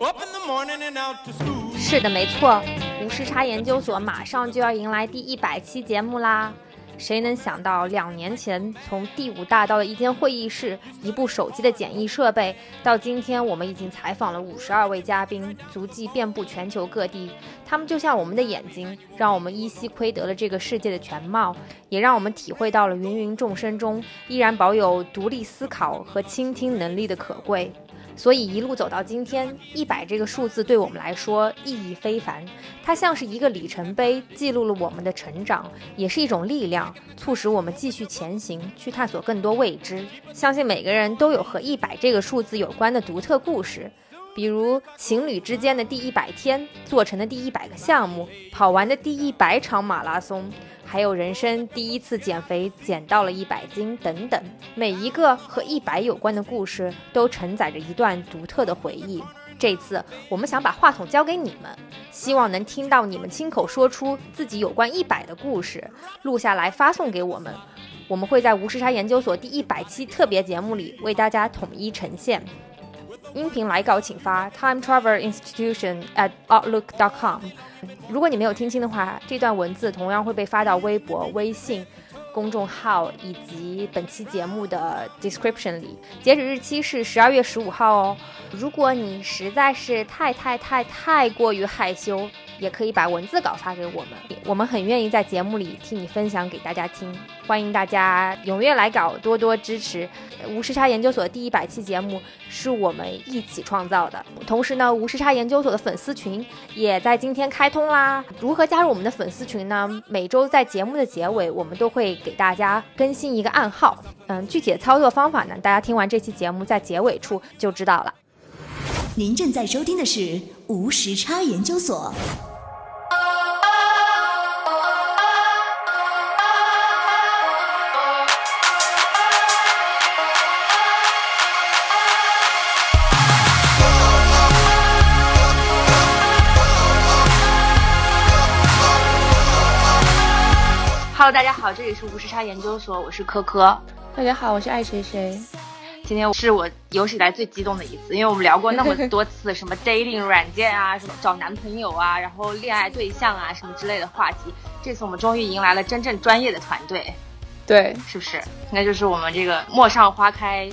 Up in the morning and out to school. 是的，没错，无时差研究所马上就要迎来第一百期节目啦！谁能想到，两年前从第五大道的一间会议室、一部手机的简易设备，到今天我们已经采访了五十二位嘉宾，足迹遍布全球各地。他们就像我们的眼睛，让我们依稀窥得了这个世界的全貌，也让我们体会到了芸芸众生中依然保有独立思考和倾听能力的可贵。所以一路走到今天，一百这个数字对我们来说意义非凡，它像是一个里程碑，记录了我们的成长，也是一种力量，促使我们继续前行，去探索更多未知。相信每个人都有和一百这个数字有关的独特故事。比如情侣之间的第一百天，做成的第一百个项目，跑完的第一百场马拉松，还有人生第一次减肥减到了一百斤等等，每一个和一百有关的故事都承载着一段独特的回忆。这次我们想把话筒交给你们，希望能听到你们亲口说出自己有关一百的故事，录下来发送给我们。我们会在无时差研究所第一百期特别节目里为大家统一呈现。音频来稿请发 time travel institution at outlook dot com。如果你没有听清的话，这段文字同样会被发到微博、微信公众号以及本期节目的 description 里。截止日期是十二月十五号哦。如果你实在是太太太太过于害羞，也可以把文字稿发给我们，我们很愿意在节目里替你分享给大家听。欢迎大家踊跃来稿，多多支持。无时差研究所第一百期节目是我们一起创造的。同时呢，无时差研究所的粉丝群也在今天开通啦。如何加入我们的粉丝群呢？每周在节目的结尾，我们都会给大家更新一个暗号。嗯，具体的操作方法呢，大家听完这期节目在结尾处就知道了。您正在收听的是无时差研究所。 Hello，大家好，这里是无时差研究所，我是科科。大家好，我是爱谁谁。今天是我有史以来最激动的一次，因为我们聊过那么多次 什么 dating 软件啊，什么找男朋友啊，然后恋爱对象啊，什么之类的话题。这次我们终于迎来了真正专业的团队，对，是不是？那就是我们这个陌上花开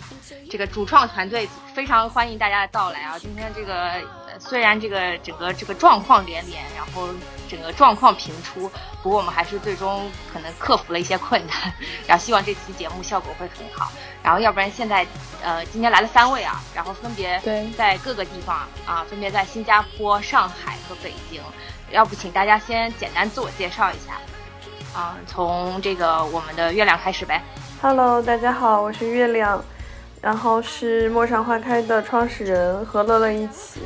这个主创团队，非常欢迎大家的到来啊！今天这个呃虽然这个整个这个状况连连，然后整个状况频出，不过我们还是最终可能克服了一些困难，然后希望这期节目效果会很好。然后要不然现在呃今天来了三位啊，然后分别对在各个地方啊，分别在新加坡、上海和北京。要不请大家先简单自我介绍一下啊，从这个我们的月亮开始呗。 Hello，大家好，我是月亮，然后是陌上花开的创始人和乐乐一起。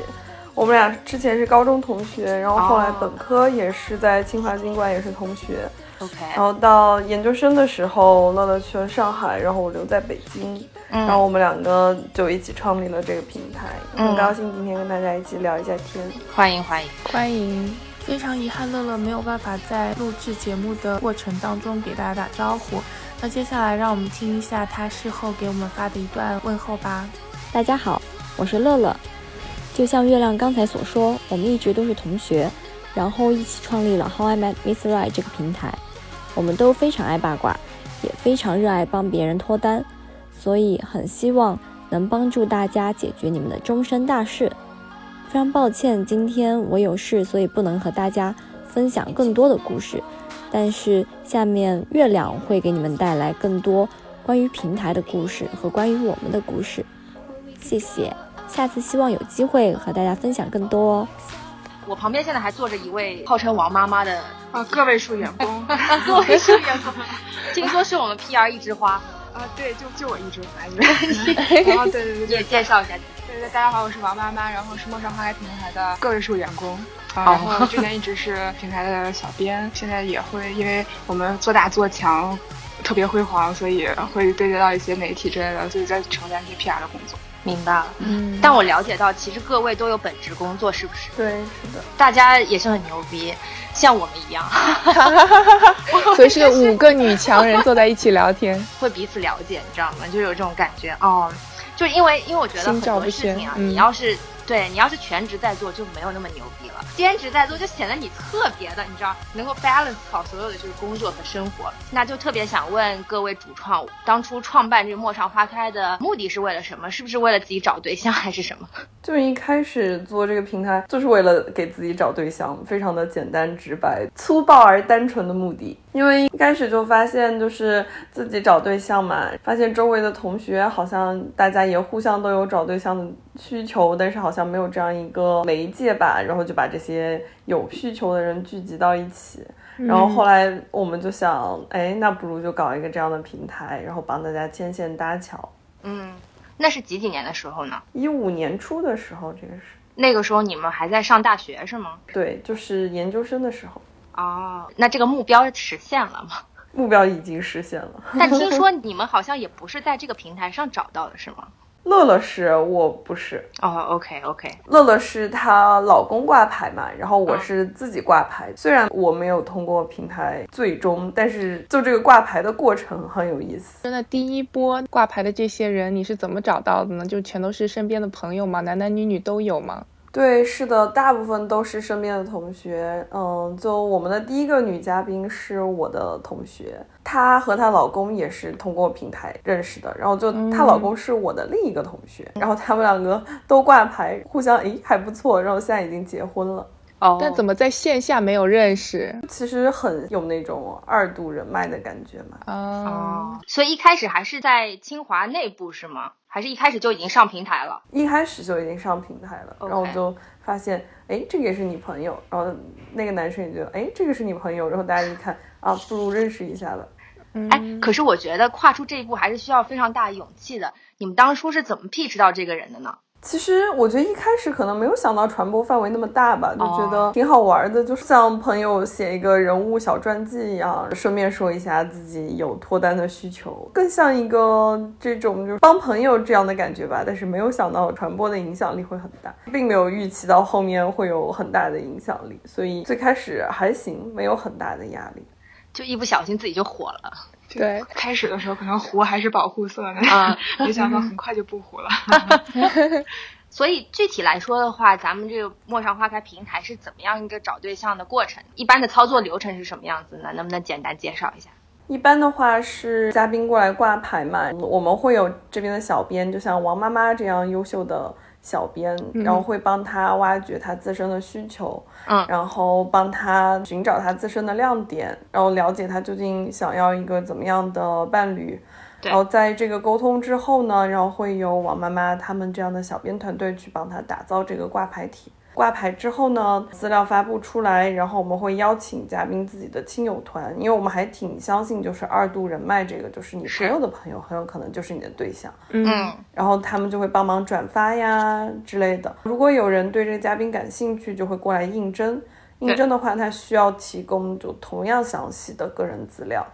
我们俩之前是高中同学，然后后来哦本科也是在清华军管也是同学， OK，然后到研究生的时候，乐乐去了上海，然后我留在北京，嗯然后我们两个就一起创立了这个平台。嗯很高兴今天跟大家一起聊一下天。欢迎欢迎。欢迎。非常遗憾，乐乐没有办法在录制节目的过程当中给大家打招呼。那接下来让我们听一下他事后给我们发的一段问候吧。大家好，我是乐乐。就像月亮刚才所说，我们一直都是同学，然后一起创立了 How I Met Miss Right 这个平台。我们都非常爱八卦，也非常热爱帮别人脱单，所以很希望能帮助大家解决你们的终身大事。非常抱歉，今天我有事，所以不能和大家分享更多的故事。但是下面月亮会给你们带来更多关于平台的故事和关于我们的故事。谢谢，下次希望有机会和大家分享更多哦。我旁边现在还坐着一位号称王妈妈的啊，个位数员工 各位社员工，听说是我们 PR 一枝花，啊，对，就就我一直怀疑。然后对对对也对介绍一下自己。对对，大家好，我是王妈妈，然后是陌上花开平台的个位数员工。啊，哦然后之前一直是平台的小编，现在也会因为我们做大做强，特别辉煌，所以会对接到一些媒体之类的，所以在承担一些 PR 的工作。明白了，嗯但我了解到，其实各位都有本职工作，是不是？对，是的，大家也是很牛逼，像我们一样， 所以是五个女强人坐在一起聊天。会彼此了解，你知道吗？就有这种感觉哦。就因为因为我觉得很心照多不事宣情啊，嗯你要是对你要是全职在做就没有那么牛逼了，兼职在做就显得你特别的，你知道能够 balance 好所有的就是工作和生活。那就特别想问各位主创，当初创办这个陌上花开的目的是为了什么？是不是为了自己找对象还是什么？就是一开始做这个平台，就是为了给自己找对象，非常的简单直白、粗暴而单纯的目的。因为一开始就发现，就是自己找对象嘛，发现周围的同学好像大家也互相都有找对象的需求，但是好像没有这样一个媒介吧，然后就把这些有需求的人聚集到一起。然后后来我们就想，哎，那不如就搞一个这样的平台，然后帮大家牵线搭桥。嗯，那是几几年的时候呢？一五年初的时候，这个是。那个时候你们还在上大学是吗？对，就是研究生的时候，哦，那这个目标实现了吗？目标已经实现了。 但听说你们好像也不是在这个平台上找到的，是吗？乐乐是我不是，哦，OK OK，乐乐是她老公挂牌嘛，然后我是自己挂牌。虽然我没有通过平台最终，但是就这个挂牌的过程很有意 思。真的第一波挂牌的这些人，你是怎么找到的呢？就全都是身边的朋友吗？男男女女都有吗？对，是的，大部分都是身边的同学。嗯，就我们的第一个女嘉宾是我的同学，她和她老公也是通过平台认识的。然后就她老公是我的另一个同学，然后他们两个都挂牌，互相诶还不错，然后现在已经结婚了。哦，但怎么在线下没有认识其实很有那种二度人脉的感觉嘛。啊？哦，所以一开始还是在清华内部是吗？还是一开始就已经上平台了？一开始就已经上平台了 OK 然后就发现，哎，这个也是你朋友，然后那个男生也觉得，哎，这个是你朋友，然后大家一看啊，不如认识一下吧。哎、嗯可是我觉得跨出这一步还是需要非常大的勇气的。你们当初是怎么 pitch 到这个人的呢？其实我觉得一开始可能没有想到传播范围那么大吧，就哦觉得挺好玩的，就是像朋友写一个人物小传记一样，顺便说一下自己有脱单的需求，更像一个这种就是帮朋友这样的感觉吧。但是没有想到传播的影响力会很大，并没有预期到后面会有很大的影响力，所以最开始还行，没有很大的压力。就一不小心自己就火了。 对，开始的时候可能糊还是保护色呢，啊没想到很快就不糊了。所以具体来说的话，咱们这个陌上花开平台是怎么样一个找对象的过程？一般的操作流程是什么样子呢？能不能简单介绍一下？一般的话是嘉宾过来挂牌嘛，我们会有这边的小编，就像王妈妈这样优秀的小编，然后会帮他挖掘他自身的需求，嗯然后帮他寻找他自身的亮点，然后了解他究竟想要一个怎么样的伴侣。对然后在这个沟通之后呢，然后会有王妈妈他们这样的小编团队去帮他打造这个挂牌体。挂牌之后呢，资料发布出来，然后我们会邀请嘉宾自己的亲友团，因为我们还挺相信，就是二度人脉这个，就是你是朋友的朋友很有可能就是你的对象，嗯，然后他们就会帮忙转发呀之类的。如果有人对这个嘉宾感兴趣，就会过来应征。应征的话，他需要提供就同样详细的个人资料，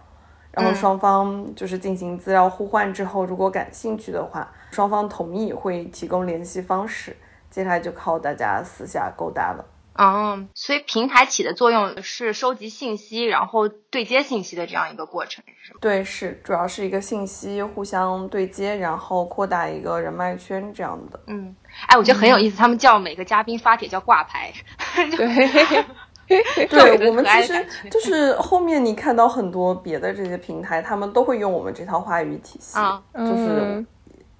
然后嗯双方就是进行资料互换之后，如果感兴趣的话，双方同意会提供联系方式，接下来就靠大家私下勾搭了。哦，所以平台起的作用是收集信息，然后对接信息的这样一个过程，是吗？对，是主要是一个信息互相对接，然后扩大一个人脉圈这样的。嗯，哎，我觉得很有意思，他们叫每个嘉宾发帖叫挂牌， 就对，特别对我们可爱其的实感觉就是后面你看到很多别的这些平台，他们都会用我们这套话语体系， 啊，就是嗯，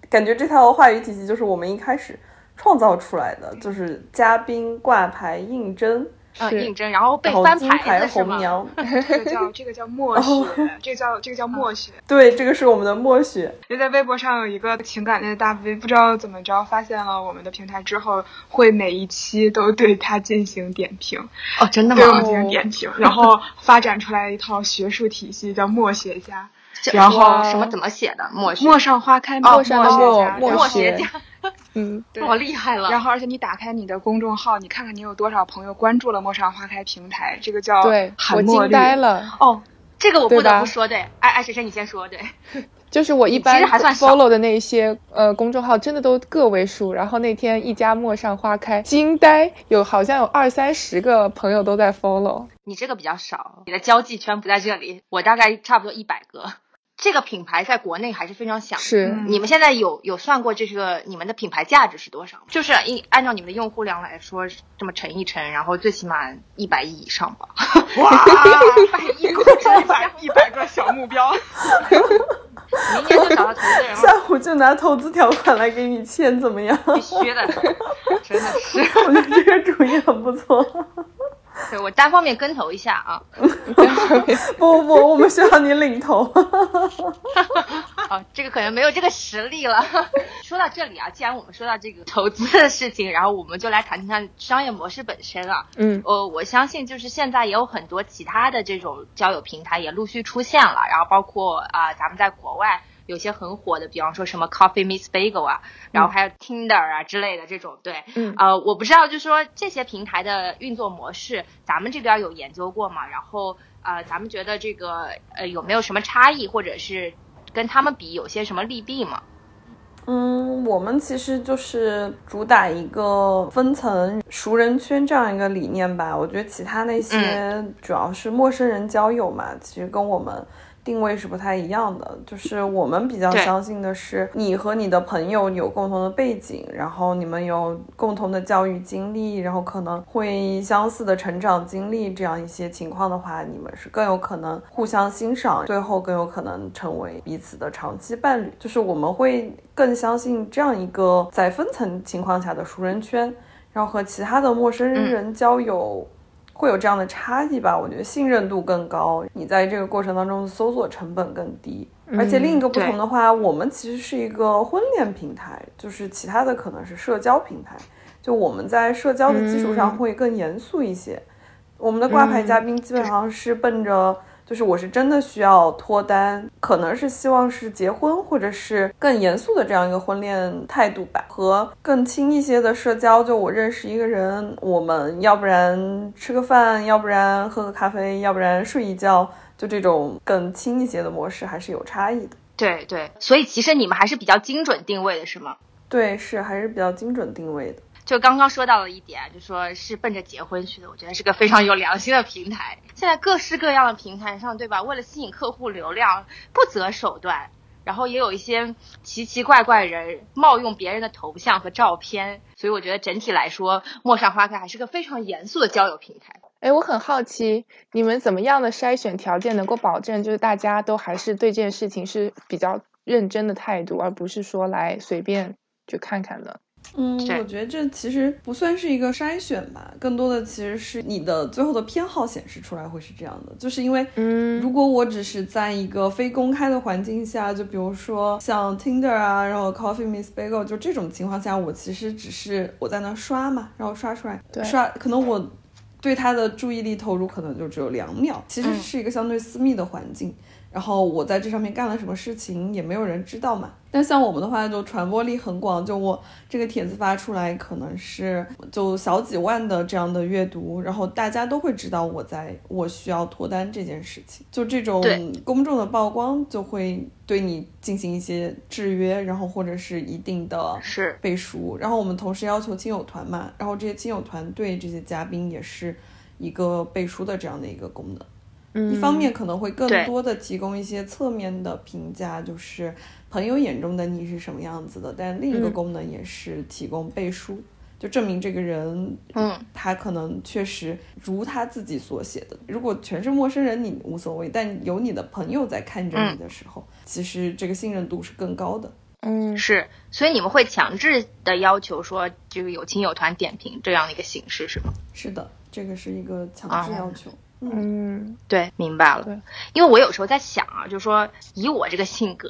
感觉这套话语体系就是我们一开始创造出来的，就是嘉宾挂牌应征，嗯，是应征，然后被然后翻金牌牌子是红吗？ 娘，这个叫这个叫默许，这个叫这个叫默许。对，这个是我们的默许，就在微博上有一个情感类的大 V，不知道怎么着发现了我们的平台之后，会每一期都对它进行点评，哦，真的对我们吗？进行点评，然后发展出来一套学术体系叫墨学家，这然后哇什么怎么写的？默许，陌上花开，陌陌上的哦学哦陌家，默陌学学家，嗯，对好厉害了。然后，而且你打开你的公众号，你看看你有多少朋友关注了“陌上花开”平台，这个叫对，我韩墨惊绿呆了。哦，这个我不对吧得不说，对，哎哎，谁谁你先说，对，就是我一其般实还算少 follow 的那一些呃公众号，真的都个位数。然后那天一家陌上花开，惊呆，有好像有二三十个朋友都在 follow。你这个比较少，你的交际圈不在这里，我大概差不多一百个。这个品牌在国内还是非常响的。是嗯你们现在有有算过这是个你们的品牌价值是多少吗？就是一按照你们的用户量来说，这么乘一乘，然后最起码一百亿以上吧。哇，一百亿股一真的百一百个小目标，明年就找到投资人了，下午就拿投资条款来给你签，怎么样？ 必须的，真的是。 我觉得这个主意很不错。 对我单方面跟投一下啊。不不不，我们需要你领头。哦，这个可能没有这个实力了。 说到这里啊，既然我们说到这个投资的事情，然后我们就来谈谈商业模式本身啊。嗯，呃，我相信就是现在也有很多其他的这种交友平台也陆续出现了，然后包括啊、咱们在国外。有些很火的，比方说什么 Coffee Meets Bagel 啊，然后还有 Tinder 啊之类的这种，对，嗯呃，我不知道，就说这些平台的运作模式，咱们这边有研究过吗？然后呃，咱们觉得这个呃有没有什么差异，或者是跟他们比有些什么利弊吗？嗯，我们其实就是主打一个分层熟人圈这样一个理念吧。我觉得其他那些主要是陌生人交友嘛，其实跟我们。定位是不太一样的，就是我们比较对相信的是，你和你的朋友有共同的背景，然后你们有共同的教育经历，然后可能会相似的成长经历，这样一些情况的话，你们是更有可能互相欣赏，最后更有可能成为彼此的长期伴侣。就是我们会更相信这样一个在分层情况下的熟人圈，然后和其他的陌生人交友。会有这样的差异吧？我觉得信任度更高，你在这个过程当中搜索成本更低。而且另一个不同的话，我们其实是一个婚恋平台，就是其他的可能是社交平台。就我们在社交的基础上会更严肃一些。我们的挂牌嘉宾基本上是奔着，就是我是真的需要脱单，可能是希望是结婚或者是更严肃的这样一个婚恋态度吧，和更轻一些的社交。就我认识一个人，我们要不然吃个饭，要不然喝个咖啡，要不然睡一觉，就这种更轻一些的模式还是有差异的。对对，所以其实你们还是比较精准定位的，是吗？对，是还是比较精准定位的。就刚刚说到了一点，就说是奔着结婚去的，我觉得是个非常有良心的平台。现在各式各样的平台上，对吧？为了吸引客户流量，不择手段，然后也有一些奇奇怪怪人冒用别人的头像和照片，所以我觉得整体来说，《陌上花开》还是个非常严肃的交友平台。哎，我很好奇，你们怎么样的筛选条件能够保证，就是大家都还是对这件事情是比较认真的态度，而不是说来随便就看看的？嗯，对我觉得这其实不算是一个筛选吧，更多的其实是你的最后的偏好显示出来会是这样的，就是因为，嗯如果我只是在一个非公开的环境下，就比如说像 Tinder 啊，然后 Coffee Miss Bagel，就这种情况下，我其实只是我在那刷嘛，然后刷出来，对刷可能我对他的注意力投入可能就只有两秒，其嗯实是一个相对私密的环境。然后我在这上面干了什么事情也没有人知道嘛。但像我们的话，就传播力很广，就我这个帖子发出来，可能是就小几万的这样的阅读，然后大家都会知道我在我需要脱单这件事情。就这种对公众的曝光，就会对你进行一些制约，然后或者是一定的是，背书，然后我们同时要求亲友团嘛，然后这些亲友团对这些嘉宾也是一个背书的这样的一个功能。嗯一方面可能会更对多的提供一些侧面的评价，就是朋友眼中的你是什么样子的，但另一个嗯功能也是提供背书，就证明这个人，嗯，他可能确实如他自己所写的。如果全是陌生人，你无所谓，但有你的朋友在看着你嗯的时候，其实这个信任度是更高的。嗯，是，所以你们会强制的要求说，这个有亲友团点评这样的一个形式是吗？是的，这个是一个强制啊要求。嗯，对，明白了。对因为我有时候在想啊，就是说以我这个性格，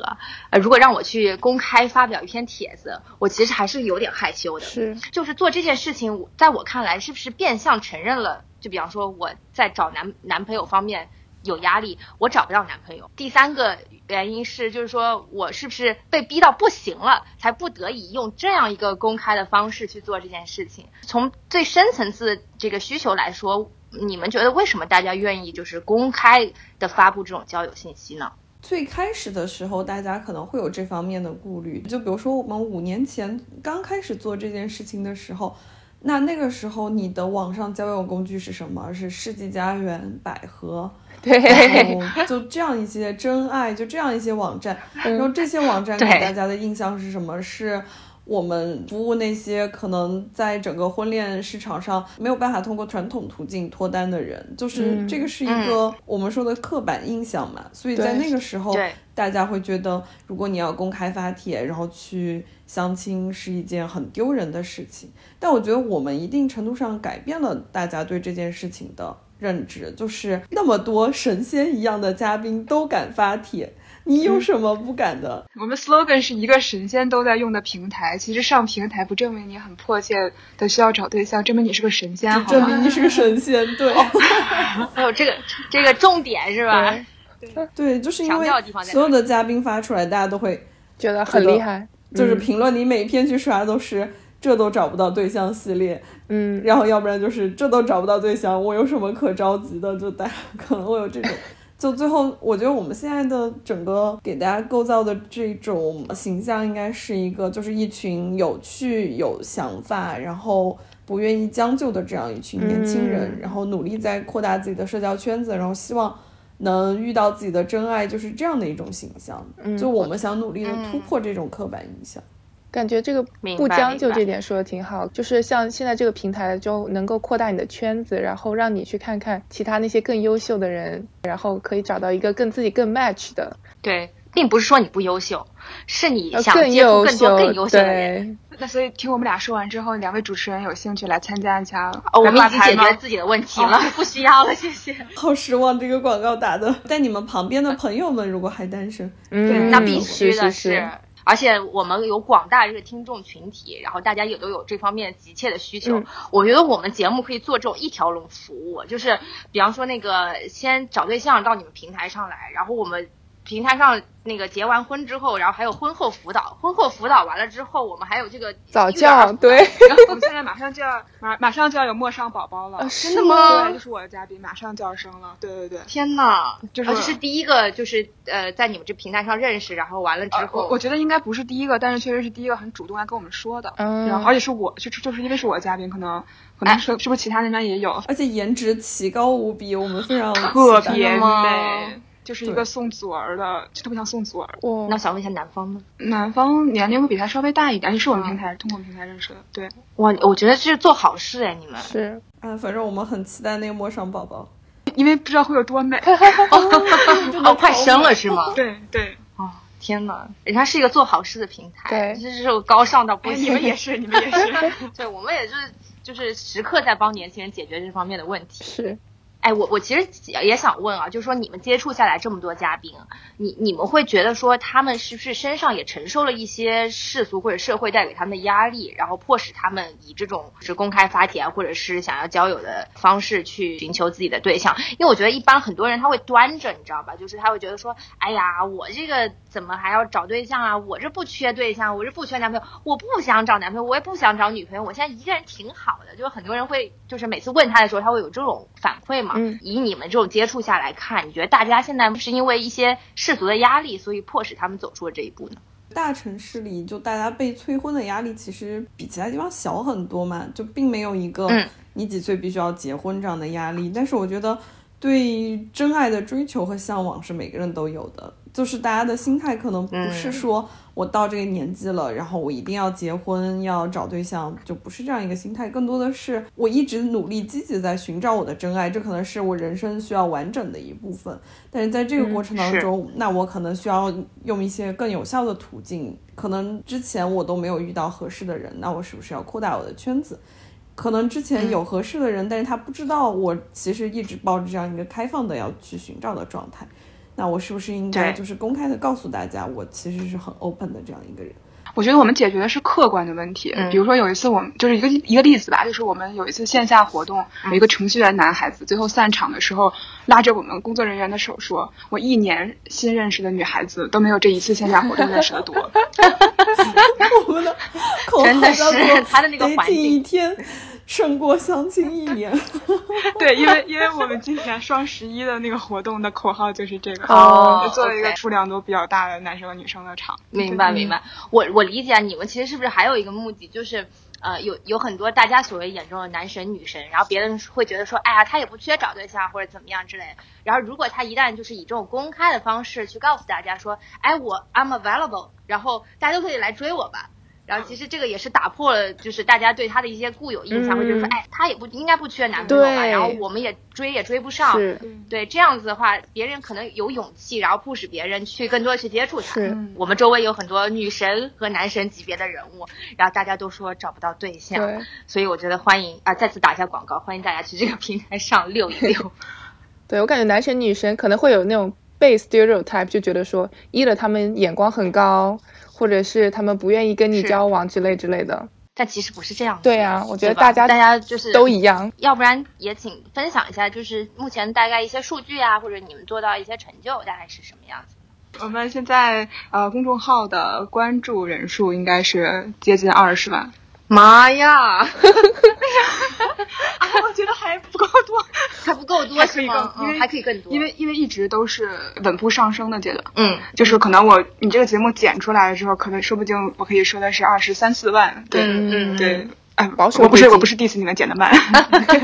呃，如果让我去公开发表一篇帖子，我其实还是有点害羞的。是，就是做这件事情，我在我看来，是不是变相承认了？就比方说我在找男男朋友方面有压力，我找不到男朋友。第三个原因是，就是说我是不是被逼到不行了，才不得已用这样一个公开的方式去做这件事情？从最深层次这个需求来说，你们觉得为什么大家愿意就是公开的发布这种交友信息呢？最开始的时候，大家可能会有这方面的顾虑。就比如说，我们五年前刚开始做这件事情的时候，那那个时候你的网上交友工具是什么？是世纪佳缘、百合，对，然后就这样一些真爱，就这样一些网站。然后这些网站给对大家的印象是什么？是我们服务那些可能在整个婚恋市场上没有办法通过传统途径脱单的人，就是这个是一个我们说的刻板印象嘛。所以在对那个时候对，大家会觉得，如果你要公开发帖，然后去相亲是一件很丢人的事情。但我觉得我们一定程度上改变了大家对这件事情的认知，就是那么多神仙一样的嘉宾都敢发帖，你有什么不敢 的？我们 slogan 是一个神仙都在用的平台，其实上平台不证明你很迫切的需要找对象，证明你是个神仙，好证吗？明你是个神仙， 对还哦有这个这个重点是吧？对，就是因强为调的地方在哪所有的嘉宾发出来，大家都会觉得很厉害。就是嗯评论，你每篇去刷都是。这都找不到对象系列，嗯，然后要不然就是这都找不到对象，我有什么可着急的？就大家 可能会有这种，就最后我觉得我们现在的整个给大家构造的这种形象，应该是一个就是一群有趣、有想法，然后不愿意将就的这样一群年轻人，然后努力在扩大自己的社交圈子，然后希望。能遇到自己的真爱，就是这样的一种形象。就我们想努力的突破这种刻板印象。感觉这个明不白将明就白这点说的挺好，就是像现在这个平台就能够扩大你的圈子，然后让你去看看其他那些更优秀的人，然后可以找到一个更自己更 match 的，对，并不是说你不优秀，是你呃想更接触优更多秀，更优秀的人。对，那所以听我们俩说完之后，两位主持人有兴趣来参加一下哦，我们拉已经牌解决吗？了自己的问题哦了，不需要了，谢谢。 好失望，这个广告打的。但你们旁边的朋友们如果还单身， 嗯，那必须是的是是而且我们有广大这个听众群体，然后大家也都有这方面急切的需求。嗯我觉得我们节目可以做这种一条龙服务，就是比方说那个先找对象到你们平台上来，然后我们平台上那个结完婚之后，然后还有婚后辅导，婚后辅导完了之后，我们还有这个早育儿教，对， 然后我们现在马上就要马马上就要有陌上宝宝了，真的啊吗对，就是我的嘉宾，马上就要生了。对对对，天呐，就这是是,、是第一个，就是呃，在你们这平台上认识，然后完了之呃后，我我觉得应该不是第一个，但是确实是第一个很主动来跟我们说的。嗯然后而且是我，就就是因为是我的嘉宾，可能可哎能是是不是其他那边也有，而且颜值奇高无比，我们非常特期待别吗美，就是一对个宋祖儿的，就特别像宋祖儿。哇那想问一下男方呢？南方年龄会比他稍微大一点，也是我们平台、通过我们平台认识的。对，哇，我觉得这是做好事哎，你们是啊，反正我们很期待那个陌上宝宝。因为不知道会有多美。 哦，快生了是吗？对对，哦，天呐，人家是一个做好事的平台，对这是高尚到不 哎，行。你们也是，你们也 是。 对，我们也是就是时刻在帮年轻人解决这方面的问题。是，哎，我我其实也想问啊，就是说你们接触下来这么多嘉宾，你你们会觉得说他们是不是身上也承受了一些世俗或者社会带给他们的压力，然后迫使他们以这种是公开发帖啊，或者是想要交友的方式去寻求自己的对象？因为我觉得一般很多人他会端着，你知道吧？就是他会觉得说，哎呀，我这个怎么还要找对象啊？我这不缺对象，我这不缺男朋友，我不想找男朋友，我也不想找女朋友，我现在一个人挺好的。就是很多人会，就是每次问他的时候，他会有这种反馈嘛。嗯以你们这种接触下来看，你觉得大家现在是因为一些世俗的压力，所以迫使他们走出了这一步呢？大城市里，就大家被催婚的压力其实比其他地方小很多嘛，就并没有一个嗯你几岁必须要结婚这样的压力。但是我觉得，对真爱的追求和向往是每个人都有的，就是大家的心态可能不是说我到这个年纪了，然后我一定要结婚要找对象，就不是这样一个心态，更多的是我一直努力积极地在寻找我的真爱，这可能是我人生需要完整的一部分。但是在这个过程当嗯是中，那我可能需要用一些更有效的途径，可能之前我都没有遇到合适的人，那我是不是要扩大我的圈子？可能之前嗯有合适的人，但是他不知道我其实一直抱着这样一个开放的要去寻找的状态，那我是不是应该对就是公开的告诉大家，我其实是很 open 的这样一个人？ 我觉得我们解决的是客观的问题，嗯比如说有一次我们就是一个一个例子吧，就是我们有一次线下活动，有一个程序员男孩子最后散场的时候，拉着我们工作人员的手说：“我一年新认识的女孩子都没有这一次线下活动认识的多。我们的口号真的是叫做他的那个环 “dating 境一天胜过相亲一年”， 对，因为因为我们今年双十一的那个活动的口号就是这个，哦就做了一个 OK 数量都比较大的男生和女生的场。啊明白明白，我我理解你们其实是不是还有一个目的，就是呃，有有很多大家所谓眼中的男神女神，然后别人会觉得说，哎呀，他也不缺找对象或者怎么样之类的。然后如果他一旦就是以这种公开的方式去告诉大家说，哎，我 I'm available，然后大家都可以来追我吧。然后其实这个也是打破了，就是大家对他的一些固有印象，会觉得说，嗯哎，他也不应该不缺男朋友吧，对然后我们也追也追不上，是对，这样子的话，别人可能有勇气，然后迫使别人去更多地去接触他。是嗯我们周围有很多女神和男神级别的人物，然后大家都说找不到对象，对，所以我觉得欢迎啊，再次打一下广告，欢迎大家去这个平台 上溜一溜。对我感觉男神女神可能会有那种被 stereotype，就觉得说，一了他们眼光很高，或者是他们不愿意跟你是交往之类之类的。但其实不是这样子的，对啊，我觉得对吧大家大家就是都一样。要不然也请分享一下，就是目前大概一些数据啊，或者你们做到一些成就，大概是什么样子？我们现在呃公众号的关注人数应该是接近二十万，妈 呀，啊，我觉得还不够 多， 还不够多还可是以吗？更因为嗯还可以更多，因为因为一直都是稳步上升的阶段，嗯，就是可能我你这个节目剪出来了之后，可能说不定我可以说的是二十三四万，对、嗯对。哎，保守我不估是计我不是 diss 你们剪的慢，就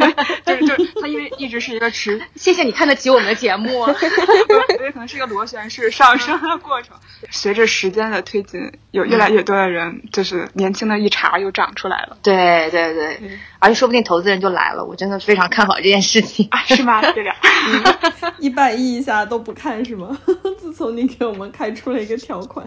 是就是它因为一直是一个持，谢谢你看得起我们的节目。我觉得可能是一个螺旋式上升的过程。嗯随着时间的推进，有越来越多的人就是年轻的一茬又长出来了。 对对对，而且说不定投资人就来了，我真的非常看好这件事情。啊，是吗？对呀。一百亿以下都不看是吗？ 自从你给我们开出了一个条款，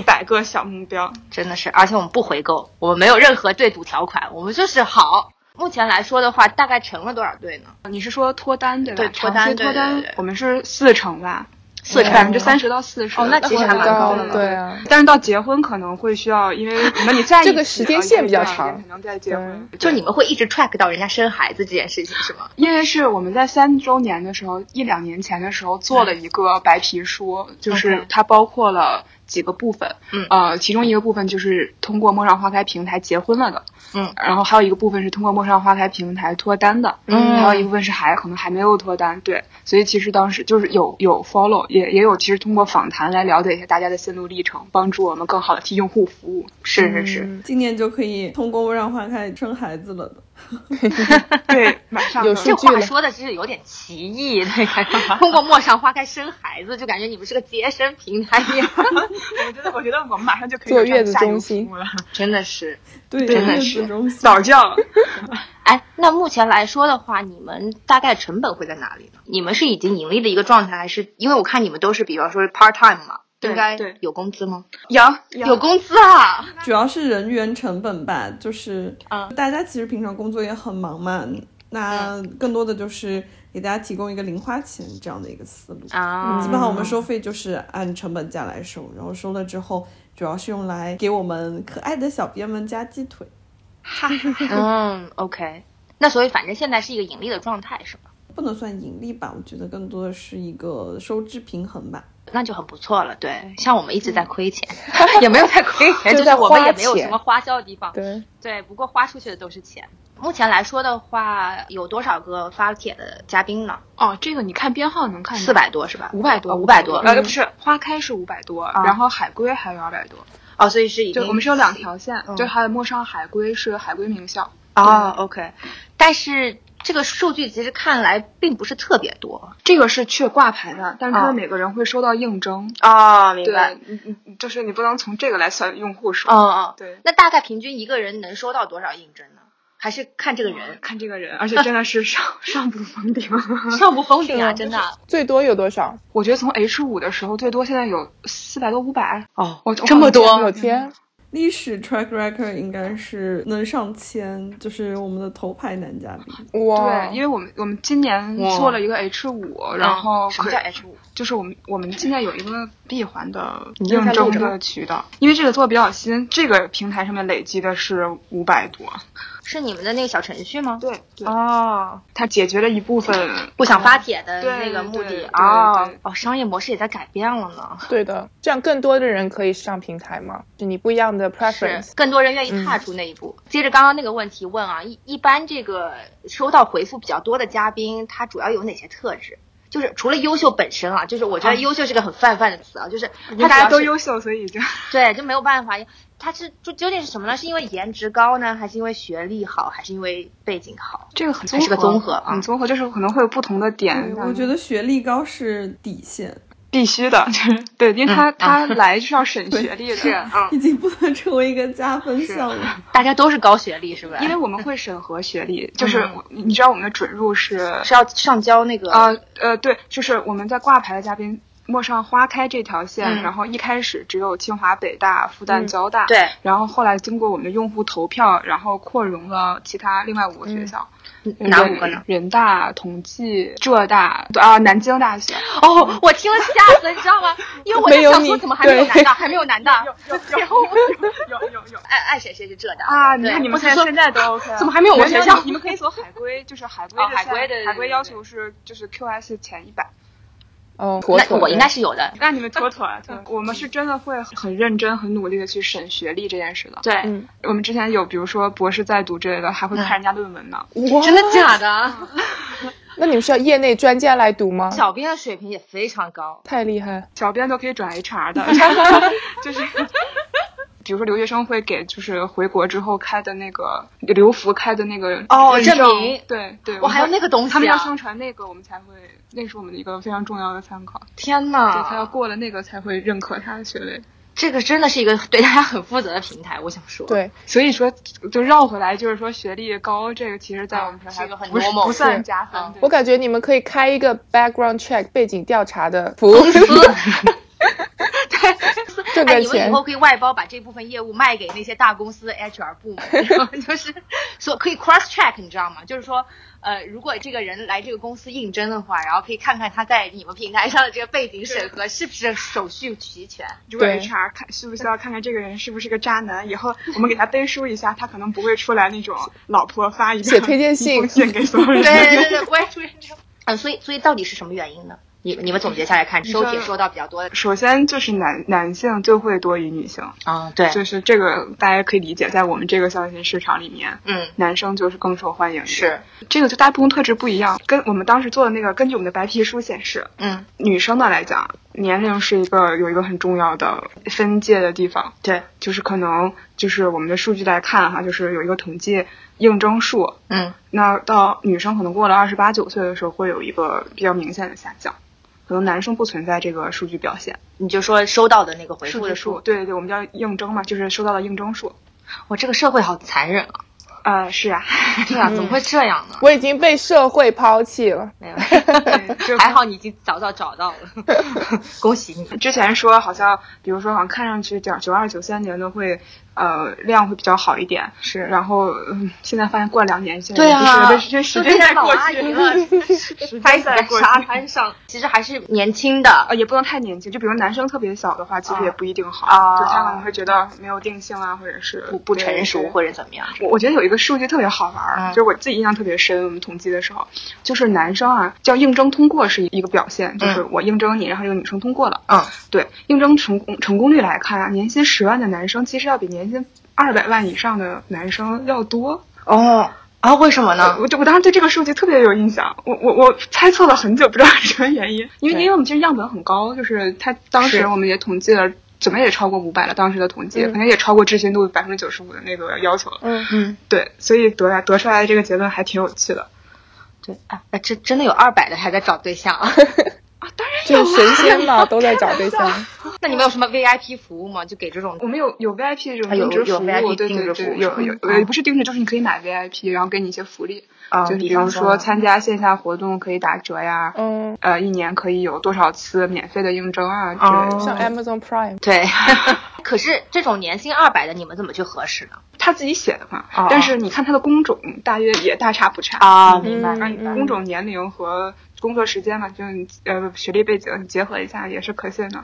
对，百个小目标，真的是，而且我们不回购，我们没有任何对赌条款，我们就是好。目前来说的话，大概成了多少对呢？你是说脱单对吧？对脱长单期脱单对对对，我们是四成吧，四成百分之三十到四十。哦那其实还很蛮高高的，的对啊，但是到结婚可能会需要，因为可能你在一起这个时间线比较长才能再结婚。就你们会一直 track 到人家生孩子这件事情是 吗？因为是我们在三周年的时候，一两年前的时候做嗯了一个白皮书，就是它包括了几个部分，嗯呃，其中一个部分就是通过陌上花开平台结婚了的，嗯然后还有一个部分是通过陌上花开平台脱单的，嗯还有一部分是还可能还没有脱单，对，所以其实当时就是有有 follow，也也有其实通过访谈来了解一下大家的心路历程，帮助我们更好的替用户服务，是是嗯是，嗯今年就可以通过让花开生孩子了的。对，马上有就数这据话了说的是有点歧义，对，感觉 通过陌上花开生孩子，就感觉你们是个接生平台一 样，我觉得，我觉得我们马上就可以坐有这样月子下一个中心服务了， 真的是。对，真的月是子中心早教。 哎，那目前来说的话，你们大概成本会在哪里呢？你们是已经盈利的一个状态，还是因为我看你们都是比方说 part time 嘛，对应该对有工资吗？有有工资啊！主要是人员成本吧，就是大家其实平常工作也很忙嘛，那更多的就是给大家提供一个零花钱这样的一个思路。啊，基本上我们收费就是按成本价来收，然后收了之后，主要是用来给我们可爱的小编们加鸡腿，嗯，OK，那所以反正现在是一个盈利的状态，是吧？不能算盈利吧，我觉得更多的是一个收支平衡吧。那就很不错了，对，像我们一直在亏钱， 也没有在亏钱，就就是在我们花也没有什钱么花销的地方，对，对，不过花出去的都是钱。目前来说的话，有多少个发帖的嘉宾呢？哦，这个你看编号能看四百多是吧？哦五百多，五百多，嗯呃，不是，花开是五百多，然后海龟还有二百多，哦，所以啊是已就经我们是有两条线，嗯就还有陌上海龟是海龟名校，哦，OK，但是这个数据其实看来并不是特别多这个是去挂牌的，但是他哦们每个人会收到应征，哦，明对，你你就是你不能从这个来算用户数，哦哦，对。那大概平均一个人能收到多少应征呢？还是看这个人看这个人，而且真的是上 上不封顶。 上不封顶啊，真的最多有多少？我觉得从 H 五的时候，最多现在有四百多、五百。哦，我这么多，我我天天！历史 track record 应该是能上千，就是我们的头牌男嘉宾。哇嗯对，，因为我们我们今年哇做了一个 H 五，然后嗯什可么叫 H 五？就是我们我们现在有一个闭环的这应是在录征着吗的渠道，因为这个做的比较新，这个平台上面累积的是五百多。是你们的那个小程序吗？对对，哦，它解决了一部分 不想发帖的对那个目对的对哦对哦，商业模式也在改变了呢，对的，这样更多的人可以上平台嘛？就你不一样的是 preference，更多人愿意踏出那一步。接着刚刚那个问题问啊，一一般这个收到回复比较多的嘉宾，他主要有哪些特质？就是除了优秀本身啊，就是我觉得啊优秀是个很泛泛的词啊，就是因它为大主家要都是优秀，所以就对，就没有办法。他是就究竟是什么呢？是因为颜值高呢，还是因为学历好，还是因为背景好？这个 很还是个综合啊很综合，就是可能会有不同的点。我觉得学历高是底线，必须的，就是对，因为他嗯他来就是要审学历是的，啊，已经不能成为一个加分是项了。大家都是高学历，是不是？因为我们会审核学嗯历，就是你知道我们的准入是是要上交那个呃呃，对，就是我们在挂牌的嘉宾。陌上花开这条线，嗯然后一开始只有清华、北大、复旦、嗯交大，对，然后后来经过我们的用户投票，然后扩容了其他另外五个学校，嗯哪人五个呢？？人大、同济、浙大啊，南京大学。哦，我听了吓死，你知道吗？因为我没在有想你说，怎么还没有对南大，还没有南大，有有有有有爱爱谁谁是浙大 啊！你对看你我们才看说啊现在都 OK，怎么还没有我学校没有你们可以走 海归，就是海归哦的海归的线海归要求是就是 QS 前一百。哦，妥那妥我的应该是有的。 那你们妥 妥啊！妥嗯妥我们是真的会很认真、很努力的去审学历这件事的。对，嗯，我们之前有，比如说博士在读之类的，还会看人家论文呢。哇，真的假的？那你们需要业内专家来读吗？小编的水平也非常高。太厉害了，小编都可以转 HR 的， 就是。比如说留学生会给就是回国之后开的那个留服开的那个哦认证证明对对，我还有那个东西啊他们要上传那个，我们才会，那是我们的一个非常重要的参考， 天对，呐，他要过了那个才会认可他的学位。这个真的是一个对大家很负责的平台，我想说。，对，所以说，就绕回来，就是说学历高这个，其实在我们这儿是还一个很不是 normal 不是算加分嗯。对我感觉你们可以开一个 background check 背景调查的服务， 挣哎，点你们以钱后。可以外包把这部分业务卖给那些大公司的 HR 部门，然后就是说可以 cross check，你知道吗？就是说，呃，如果这个人来这个公司应征的话，然后可以看看他在你们平台上的这个背景审核是不是手续齐全。如果对 HR 看需不需要看看这个人是不是个渣男，以后我们给他背书一下，他可能不会出来那种老婆发一个写推荐信一封信给所 有人。对对对对，不会出现这种。嗯，所以所以到底是什么原因呢？你你们总结下来看，说收帖收到比较多的首先就是男男性就会多于女性，啊、对就是这个大家可以理解，在我们这个消费市场里面，嗯，男生就是更受欢迎。是，这个就大部分特质不一样，跟我们当时做的那个，根据我们的白皮书显示，嗯，女生的来讲，年龄是一个有一个很重要的分界的地方，对，就是可能就是我们的数据来看哈，就是有一个统计应征数，嗯，那到女生可能过了二十八九岁的时候，会有一个比较明显的下降，可能男生不存在这个数据表现，你就说收到的那个回复数的据数数，，对对对，我们叫应征嘛，就是收到的应征数，我这个社会好残忍啊！呃，是啊，对啊，怎么会这样呢？ 我已经被社会抛弃了，没有， 这还好你已经早早找到了， 恭喜你。之前说好像，比如说好像看上去九九二九三年的会，呃，量会比较好一点。是然后、嗯、现在发现过两年，现在对啊，这这时间在老过阿去姨了，拍在沙滩上，其实还是年轻的。呃，也不能太年轻，就比如男生特别小的话，其实也不一定好，啊就他可能会觉得没有定性啊，或者是不不成熟或者者怎么样？我我觉得有一个数据特别好玩儿，嗯就是我自己印象特别深，我们统计的时候，就是男生啊，叫应征通过是一个表现，就是我应征你，然后这个女生通过了，嗯，对，应征成功成功率来看啊，年薪十万的男生其实要比年薪二百万以上的男生要多。哦啊，为什么呢？我就我当时对这个数据特别有印象，我我我猜测了很久，不知道是什么原因，因为对因为我们其实样本很高，就是他当是时我们也统计了。怎么也超过五百了，当时的统计，嗯可能也超过置信度百分之九十五的那个要求了。嗯嗯，对，所以得来得出来的这个结论还挺有趣的对啊，啊这真的有二百的还在找对象 啊？就是神仙嘛，都在找对象。 那你们有什么 VIP 服务吗？就给这种我们有有 VIP 这种啊有定制有服务， VIP 对定制对服务对，有有嗯呃不是定制，就是你可以买 VIP，然后给你一些福利。啊，就是比比方如说呢参加线下活动可以打折呀，嗯，呃，一年可以有多少次免费的应征啊之类哦的。像 Amazon Prime，对， 可是这种年薪二百的，你们怎么去核实呢？他自己写的嘛哦，但是你看他的工种大约也大差不差。啊，明白而你工种年龄和工作时间嘛，就是你呃学历背景你结合一下也是可信的。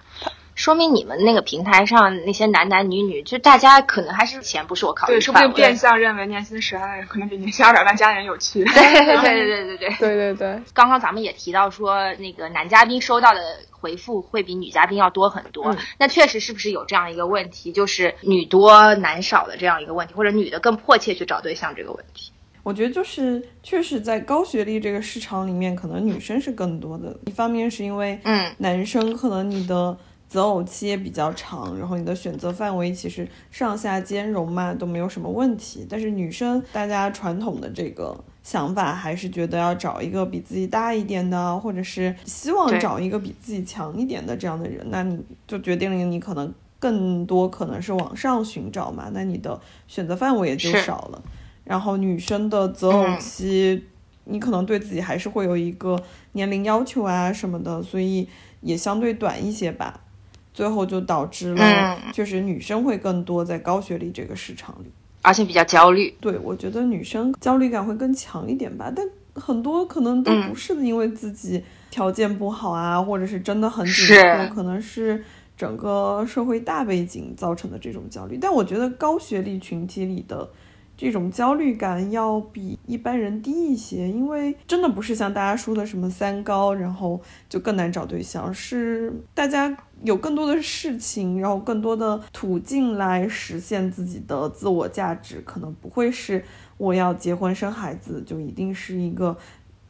说明你们那个平台上那些男男女女，就大家可能还是钱不是我考虑对，的说不范定围。变相认为年薪十万的人可能比年薪二百万家人有趣。 对对对对对对。对对对，刚刚咱们也提到说，那个男嘉宾收到的回复会比女嘉宾要多很多。那确实是不是有这样一个问题，就是女多男少的这样一个问题，或者女的更迫切去找对象这个问题？我觉得就是确实在高学历这个市场里面，可能女生是更多的。一方面是因为，嗯，男生可能你的择偶期也比较长，然后你的选择范围其实上下兼容嘛，都没有什么问题。但是女生，大家传统的这个想法还是觉得要找一个比自己大一点的，或者是希对望找一个比自己强一点的这样的人，那你就决定了你可能更多可能是往上寻找嘛，那你的选择范围也就是少了。然后女生的择偶期，你可能对自己还是会有一个年龄要求啊什么的，所以也相对短一些吧。最后就导致了，嗯确实女生会更多在高学历这个市场里。而且比较焦虑。对我觉得女生焦虑感会更强一点吧，但很多可能都嗯不是因为自己条件不好啊，或者是真的很紧迫，是可能是整个社会大背景造成的这种焦虑。但我觉得高学历群体里的这种焦虑感要比一般人低一些，因为真的不是像大家说的什么三高，然后就更难找对象，是大家有更多的事情，然后更多的途径来实现自己的自我价值，可能不会是我要结婚生孩子就一定是一个。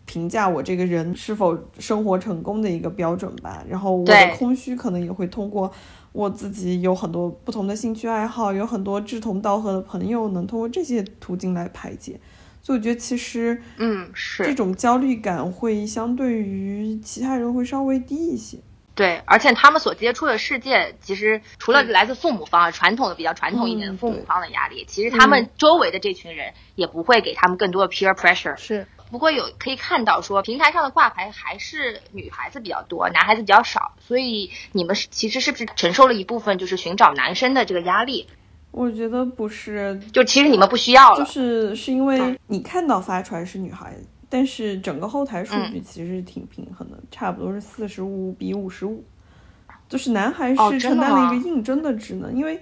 评价我这个人是否生活成功的一个标准吧，然后我的对空虚可能也会通过我自己有很多不同的兴趣爱好，有很多志同道合的朋友，能通过这些途径来排解。所以我觉得其实嗯，这是种焦虑感会相对于其他人会稍微低一些。对，而且他们所接触的世界，其实除了来自父母方、传统的比较传统一点的嗯父母对方的压力，其实他们周围的这群人也不会给他们更多的 peer pressure。是不过有可以看到说，平台上的挂牌还是女孩子比较多，男孩子比较少，所以你们是其实是不是承受了一部分就是寻找男生的这个压力？我觉得不是，就其实你们不需要就了，嗯是是因为你看到发出来是女孩，但是整个后台数嗯据其实挺平衡的，差不多是四十五比五十五，就是男孩哦是真承的担了吗一个应征的职能，因为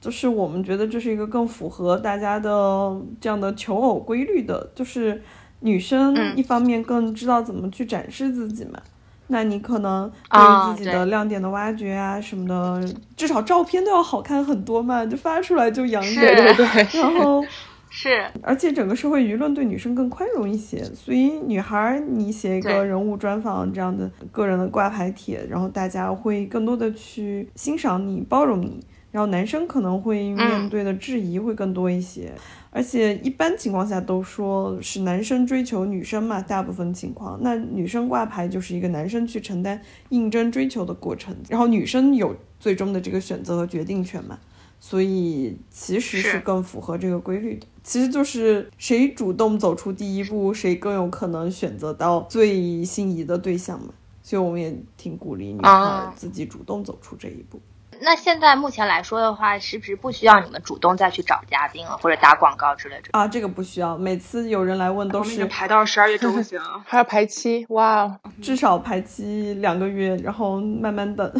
就是我们觉得这是一个更符合大家的这样的求偶规律的，就是女生嗯一方面更知道怎么去展示自己嘛。那你可能对啊于自己对的亮点的挖掘啊什么的，至少照片都要好看很多嘛，就发出来就养眼。是对对，。然后是而且整个社会舆论对女生更宽容一些，所以女孩儿你写一个对人物专访这样的个人的挂牌帖，然后大家会更多的去欣赏你、包容你。然后男生可能会面对的质疑会更多一些，而且一般情况下都说是男生追求女生嘛，大部分情况，那女生挂牌就是一个男生去承担应征追求的过程，然后女生有最终的这个选择和决定权嘛，所以其实是是更符合这个规律的。其实就是谁主动走出第一步，谁更有可能选择到最心仪的对象嘛。所以我们也挺鼓励女孩啊自己主动走出这一步。那现在目前来说的话，是不是不需要你们主动再去找嘉宾了，啊或者打广告之类的？啊，这个不需要，每次有人来问我都们已是经排到十二月 中旬了还要排期， 哇，哦至少排期两个月，然后慢慢等，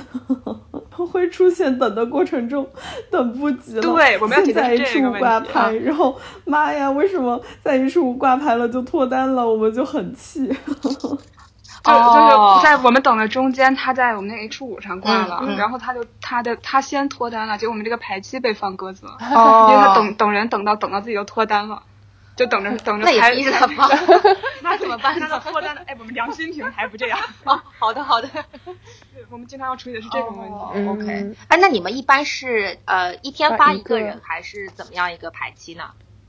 会出现等的过程中等不及了。对我们要解现决在这个处问挂题牌，啊然后妈呀，为什么在一处挂牌了就脱单了？我们就很气。就哦就是在我们等的中间，他在我们那 H 五上挂了，嗯嗯然后他就他的他先脱单了，结果我们这个排期被放鸽子了，哦因为他等等人等到等到自己都脱单了，就等着等着那也排逼他 吧那怎么办？那脱单了，哎，我们良心平台不这样， 哦，好的好的。 我们经常要处理的是这种问嗯题。OK 哎，那你们一般是呃一天发发一一个个人，还是怎么样一个排期呢？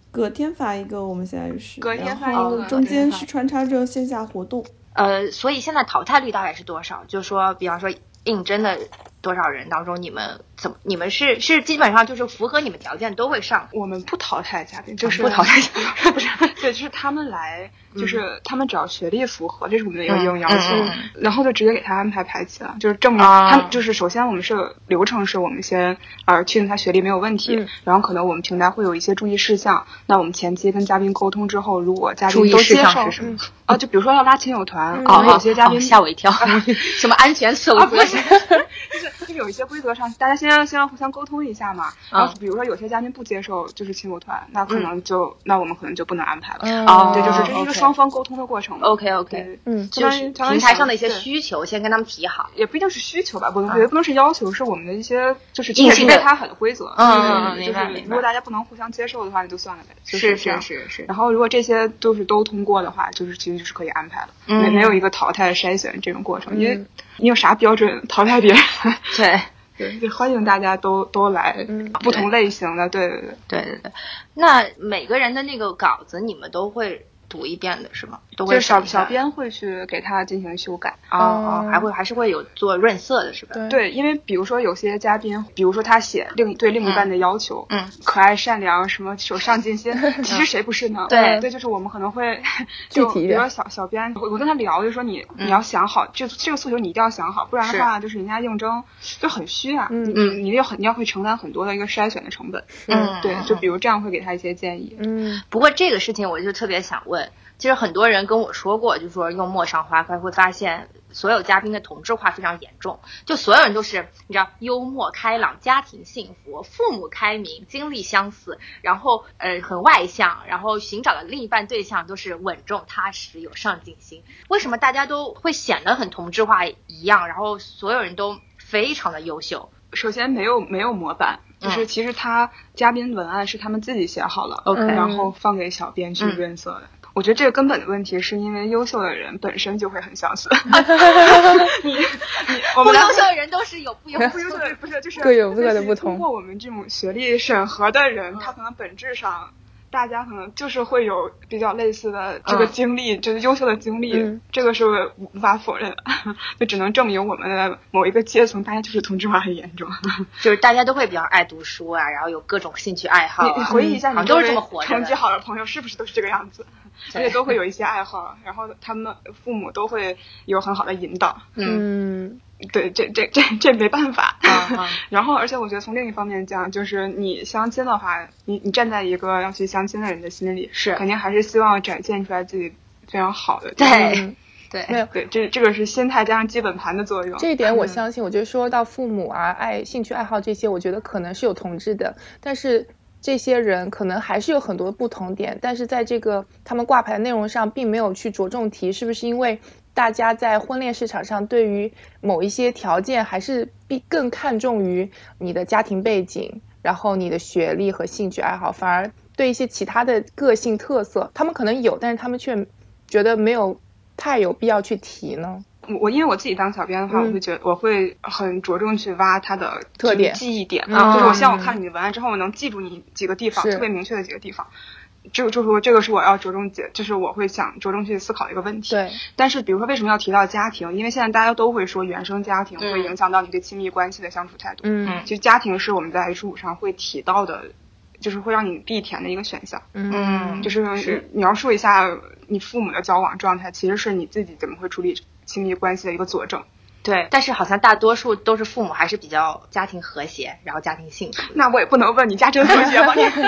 隔天发一个，我们现在是隔天然发一后个中间对是穿插着线下活动。呃，所以现在淘汰率大概是多少？就是说，比方说应征的多少人当中，你们怎么你们是是基本上就是符合你们条件都会上， 我们不淘汰嘉宾，就是不淘汰， 不是，对，就是他们来，就是他们只要学历符合，这是我们的一个嗯硬要求嗯，然后就直接给他安排排期了，就是证明啊他们就是首先我们是流程是我们先呃确定他学历没有问题嗯，然后可能我们平台会有一些注意事项，那我们前期跟嘉宾沟通之后，如果嘉注宾意都事接项受是什么？啊，就比如说要拉亲友团，哦可能有些嘉宾哦 吓我一跳，什么安全守啊， 则不是，就是是有一些规则上，大家先要先要互相沟通一下嘛。嗯然后比如说有些嘉宾不接受就是亲友团，那可能就、那我们可能就不能安排了。哦嗯对，就是这是一个 OK 双方沟通的过程嘛。 OK OK，对嗯相就当是平于相当于台想上的一些对需求，先跟他们提好。也不一定是需求吧，不能啊也不能是要求，是我们的一些就是硬性的因为它很规则，嗯嗯嗯对明就白是明如白果大家不能互相接受的话，那就算了呗，就是这是样。是是，然后如果这些就是都通过的话，就是其实就是可以安排的，嗯没没有一个淘汰筛选这种过程，因为你有啥标准淘汰别人？ 对。 对，就欢迎大家都都来，嗯不同类型的，对对对。对对对，那每个人的那个稿子你们都会读一遍的是吗？都就会是小审一下小编会去给它进行修改，哦哦，嗯还会还是会有做润色的是吧？哦对对，因为比如说有些嘉宾，比如说他写另对另一半的要求，嗯嗯，可爱善良，什么有上进心，其实谁不是呢？对对，就是我们可能会具就体一比如点说小小编，我我跟他聊，就说你嗯你要想好，这这个诉求你一定要想好，不然的话就是人家应征就很虚啊，嗯你你又很你要会承担很多的一个筛选的成本，嗯对，就比如这样会给他一些建议，嗯不过这个事情我就特别想问，其实很多人跟我说过，就说用陌上花开会发现所有嘉宾的同质化非常严重，就所有人都是你知道幽默开朗、家庭幸福、父母开明、经历相似，然后呃很外向，然后寻找的另一半对象都是稳重踏实、有上进心。为什么大家都会显得很同质化一样，然后所有人都非常的优秀？首先没有没有模板，就是嗯其实他嘉宾文案是他们自己写好了嗯 OK 然后放给小编去嗯润色的。我觉得这个根本的问题是因为优秀的人本身就会很 相似。你你我不们来优秀的人都是有不优不秀是不的是不是就是各有各的不通同过我们这种学历审核的嗯人，他可能本质上。大家可能就是会有比较类似的这个嗯经历，就是优秀的经历，嗯这个是无无法否认的， 就只能证明我们的某一个阶层，大家就是同质化很严重。就是大家都会比较爱读书啊，然后有各种兴趣爱好、啊。你你回忆一下，好你像都周是这围么活着成绩的。好的朋友是不是都是这个 样子？而且都会有一些爱好，然后他们父母都会有很好的引导。嗯嗯对，这这这这没办法。嗯嗯然后，而且我觉得从另一方面讲，就是你相亲的话，你你站在一个要去相亲的人的心里，是肯定还是希望展现出来自己非常好的。嗯对对没有对，这这个是心态加上基本盘的作用。嗯这一点我相信，我觉得说到父母啊、爱兴趣爱好这些，我觉得可能是有同质的，但是这些人可能还是有很多不同点，但是在这个他们挂牌的内容上，并没有去着重提，是不是因为大家在婚恋市场上对于某一些条件还是必更看重于你的家庭背景，然后你的学历和兴趣爱好，反而对一些其他的个性特色，他们可能有，但是他们却觉得没有太有必要去提呢？我我因为我自己当小编的话，嗯我会觉得我会很着重去挖它的特就是点记忆点嗯啊，就是我像我看你的文案之后，我能记住你几个地方，是特别明确的几个地方。这个就是我这个是我要着重解，就是我会想着重去思考的一个问题。对。但是比如说为什么要提到家庭？因为现在大家都会说原生家庭嗯会影响到你对亲密关系的相处态度。嗯其实家庭是我们在 H 五上会提到的，就是会让你必填的一个选项。嗯就是是你描述一下你父母的交往状态，其实是你自己怎么会处理亲密关系的一个佐证。对，但是好像大多数都是父母还是比较家庭和谐，然后家庭幸福。那我也不能问你家真和谐吗？对，那那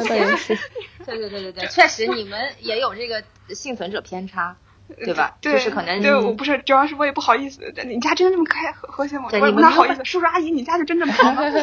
就倒也 是，啊对对对对对，确实你们也有这个幸存者偏差， 嗯对吧？对，就是可能对，我不是，主要是我也不好意思。你家真这么开和和谐吗？对我也你不们太没好有意思，叔叔阿姨，你家就真这么好吗？ 对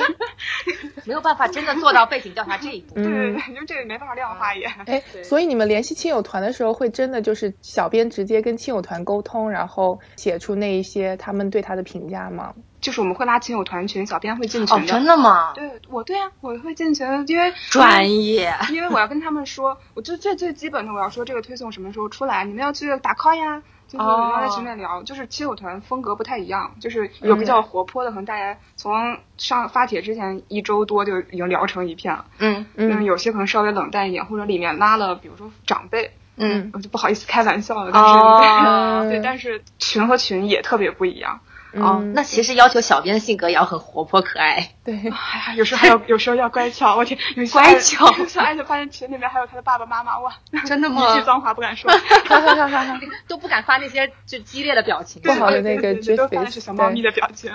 没有办法真的做到背景调查这一步。对嗯对，就这个没办法量化也。哎，所以你们联系亲友团的时候，会真的就是小编直接跟亲友团沟通，然后写出那一些他们对他的评价吗？就是我们会拉亲友团群，小编会进哦群，真。的吗？对，我对啊，我会进群，因为专业。因为我要跟他们说，我就最最基本的，我要说这个推送什么时候出来，你们要去打 call 呀。就是哦我们在群里聊就是亲友团风格不太一样，就是有嗯比较活泼的，可能大家从上发帖之前一周多就已经聊成一片了。嗯嗯，嗯有些可能稍微冷淡一点，或者里面拉了，比如说长辈，嗯。我就不好意思开玩笑了。但是、 哦对，但是群和群也特别不一样，嗯哦，那其实要求小编的性格也要很活泼可爱。对，哎呀，有时候 还要，有时候要乖巧。我天，有一次乖巧有一次艾特发现群里面还有他的爸爸妈妈，哇，真的一句脏话不敢说。 哈哈哈哈哈。 都不敢发那些就激烈的表情。不好的那个对对对 drift 都看的是小猫咪的表情。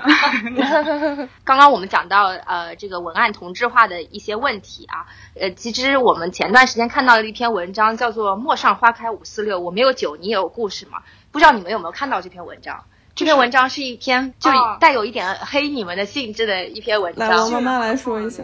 刚刚我们讲到呃这个文案同质化的一些问题啊，呃，其实我们前段时间看到了一篇文章，叫做《陌上花开五四六》，我没有酒，你也有故事嘛？不知道你们有没有看到这篇文章？这篇文章是一篇就啊带有一点黑你们的性质的一篇文来， 王章。妈妈来说一下。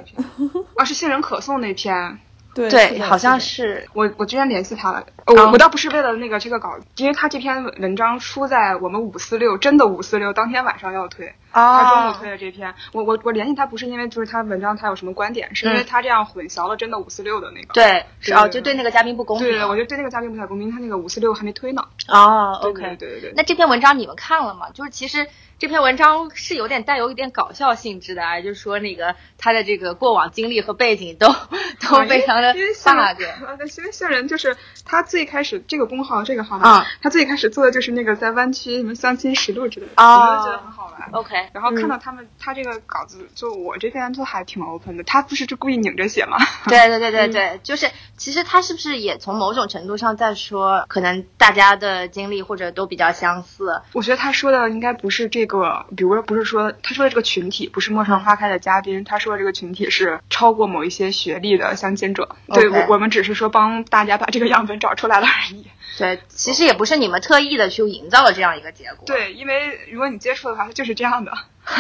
啊，是杏仁可颂那篇，对对，好像是我我之前联系他了，呃啊我我倒不是为了那个这个稿子，因为他这篇文章出在我们五四六，真的五四六当天晚上要推，啊他中午推的这篇，我我我联系他不是因为就是他文章他有什么观点，是因为嗯他这样混淆了真的五四六的那个。对，是对哦，对就对那个嘉宾不公平。对对，我觉得对那个嘉宾不太公平，他那个五四六还没推呢。哦对，OK，对对对对。那这篇文章你们看了吗？就是其实这篇文章是有点带有一点搞笑性质的啊，就是说那个他的这个过往经历和背景都 都非常的啊因为杏仁大个。啊，对，因为杏仁就是他最开始这个工号这个号码，啊他最开始做的就是那个在湾区什么相亲实录之类的，啊我就觉得很好玩。 OK，然后看到他们、他这个稿子，就我这边就还挺 open 的，他不是就故意拧着写吗？ 对对对对对，嗯就是其实他是不是也从某种程度上在说，可能大家的经历或者都比较相似，我觉得他说的应该不是这个，比如说不是说他说的这个群体不是陌上花开的嘉宾，他说的这个群体是超过某一些学历的相亲者。对 OK 我我们只是说帮大家把这个样本找出来了而已。对，其实也不是你们特意的去营造了这样一个结果。对，因为如果你接触的话，它就是这样的，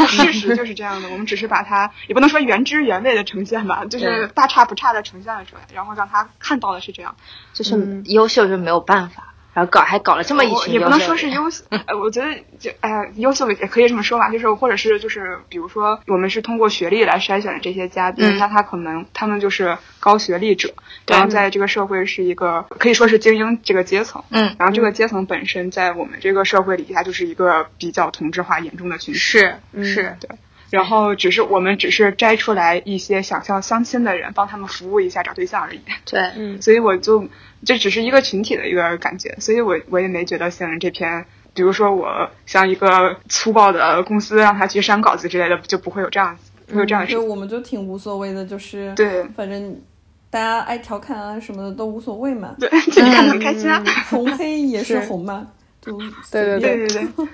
事实就是这样的。我们只是把它也不能说原汁原味的呈现吧，就是大差不差的呈现了出来，然后让他看到的是这样。就是优秀就没有办法，然后搞还搞了这么一我群，嗯哦也不能说是。优 秀，呃，我觉得就哎、优秀也可以这么说吧，就是或者是就是比如说我们是通过学历来筛选的这些嘉宾，嗯那他可能他们就是高学历者，对然后在这个社会是一个可以说是精英这个阶层，嗯，然后这个阶层本身在我们这个社会里，它就是一个比较同质化严重的群体，嗯是是，对。然后只是我们只是摘出来一些想向相亲的人，帮他们服务一下找对象而已。对，嗯所以我就这只是一个群体的一个感觉，所以我我也没觉得《杏仁》这篇，比如说我像一个粗暴的公司让他去删稿子之类的，就不会有这样不会有这样的事对，情。我们就挺无所谓的，就是对反正大家爱调侃啊什么的都无所谓 嘛，对，就你看得很开心啊。嗯红黑也是是红嘛，就对对随对便对对，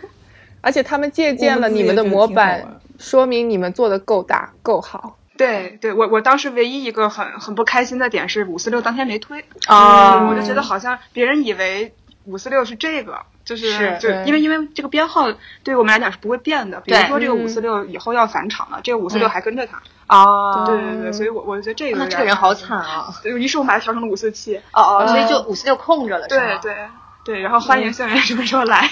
而且他们借鉴了我们自己你们的也觉得模挺好玩板，说明你们做的够大够好。对对，我我当时唯一一个很很不开心的点是五四六当天没推，嗯哦我就觉得好像别人以为五四六是这个。就是是就对因为因为这个编号对于我们来讲是不会变的，比如对说这个嗯五四六以后要返场了，这个五四嗯六还跟着他，哦，对对对，所以我我觉得啊这个那有这点个人好惨啊！对于是我把它调成了五四七。哦哦，所以就五十六空着了，是嗯对吗？对对，然后欢迎杏仁什么时候 来？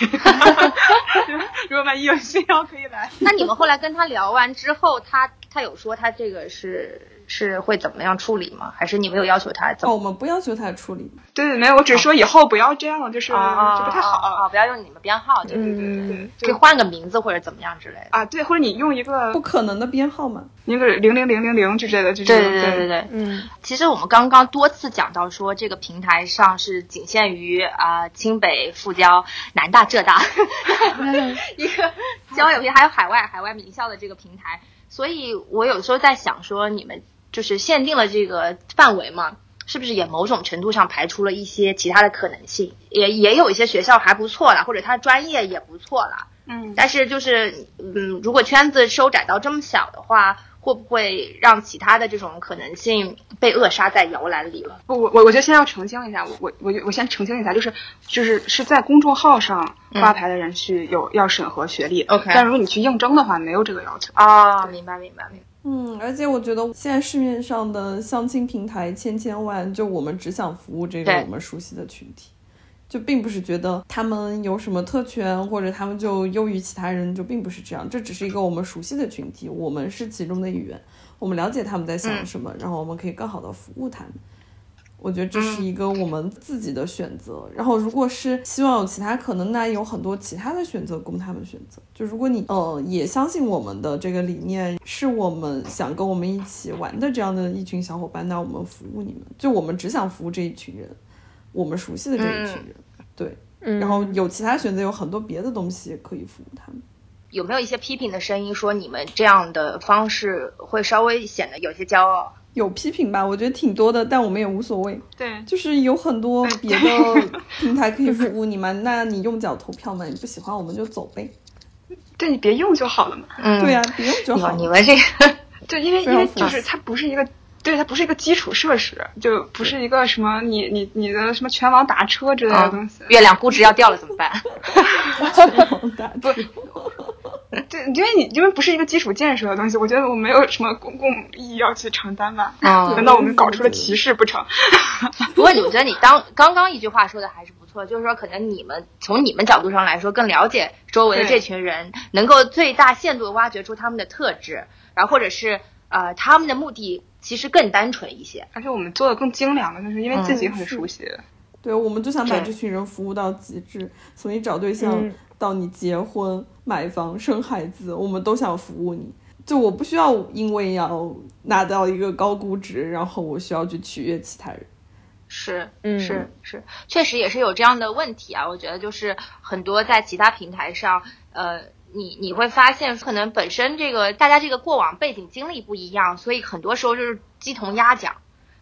如果万一有需要可以来。 那你们后来跟他聊完之后，他他有说他这个是是会怎么样处理吗？还是你没有要求他怎哦，么？我们不要求他处理，对对，没有，我只是说以后不要这样，哦就是啊，这不太好。啊！不要用你们编号，对对对，对可以对换个名字或者怎么样之类的。啊，对，或者你用一个不可能的编号嘛，那个零零零零零之类的，就对这对种对对对。对，嗯，其实我们刚刚多次讲到说，这个平台上是仅限于啊、呃清北、复交、南大、浙大 一个交友平台，还有海外海外名校的这个平台。所以我有时候在想说，你们就是限定了这个范围嘛，是不是也某种程度上排除了一些其他的可能性？也也有一些学校还不错啦，或者他专业也不错啦。嗯，但是就是，嗯，如果圈子收窄到这么小的话，会不会让其他的这种可能性被扼杀在摇篮里了？不，我我我觉得先要澄清一下，我我我我先澄清一下，就是就是是在公众号上挂牌的人去有要审核学历嗯 OK 但如果你去应征的话，没有这个要求。啊，明白，明白，明白。嗯，而且我觉得现在市面上的相亲平台千千万，就我们只想服务这个对我们熟悉的群体，就并不是觉得他们有什么特权或者他们就优于其他人，就并不是这样。这只是一个我们熟悉的群体，我们是其中的一员，我们了解他们在想什么，然后我们可以更好的服务他们。我觉得这是一个我们自己的选择。然后，如果是希望有其他可能，那有很多其他的选择供他们选择。就如果你呃也相信我们的这个理念，是我们想跟我们一起玩的这样的一群小伙伴，那我们服务你们，就我们只想服务这一群人，我们熟悉的这一群人。对，然后有其他选择，有很多别的东西可以服务他们。有没有一些批评的声音说你们这样的方式会稍微显得有些骄傲？有批评吧，我觉得挺多的，但我们也无所谓。对，就是有很多别的平台可以服务你嘛，那你用脚投票嘛，你不喜欢我们就走呗。对你别用就好了嘛。嗯对呀、啊别用就你好们你了。们这个，对，因为非啊因常为复就杂是它不是一个，对，它不是一个基础设施，就不是一啊嗯个什么你你你的什么全网打车之类的东西。月亮估值要掉了怎么办？ 大不，对，因为你因为不是一个基础建设的东西，我觉得我没有什么公共意义要去承担吧？嗯难道我们搞出了歧视不成？不过我觉得你当刚刚一句话说的还是不错，就是说可能你们从你们角度上来说更了解周围的这群人，能够最大限度的挖掘出他们的特质，然后或者是呃他们的目的其实更单纯一些。 而且我们做的更精良了，嗯就是因为自己很熟悉。对，我们就想把对这群人服务到极致，从你找对象嗯到你结婚、买房、生孩子，我们都想服务你。就我不需要因为要拿到一个高估值，然后我需要去取悦其他人。是，嗯是是，确实也是有这样的问题啊。我觉得就是很多在其他平台上，呃，你你会发现，可能本身这个大家这个过往背景经历不一样，所以很多时候就是鸡同鸭讲，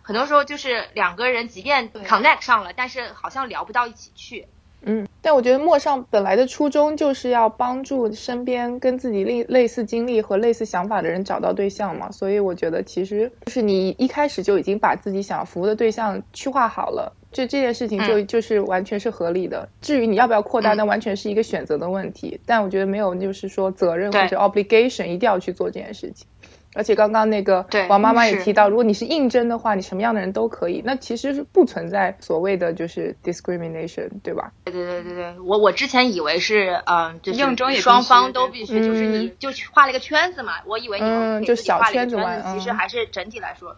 很多时候就是两个人即便 connect 上了，但是好像聊不到一起去。嗯，但我觉得陌上本来的初衷就是要帮助身边跟自己类类似经历和类似想法的人找到对象嘛，所以我觉得其实就是你一开始就已经把自己想服务的对象区划好了，这这件事情就、就是完全是合理的。至于你要不要扩大，嗯那完全是一个选择的问题，但我觉得没有就是说责任对或者 obligation 一定要去做这件事情。而且刚刚那个对王妈妈也是提到，如果你是应征的话，你什么样的人都可以，那其实是不存在所谓的就是 discrimination，对吧？对对对对对，我我之前以为是，嗯、就是应征也必须双方都必须，对就是你嗯就去画了一个圈子嘛，我以为你嗯们给就自己小画了一个圈子玩子，其实嗯还是整体来说，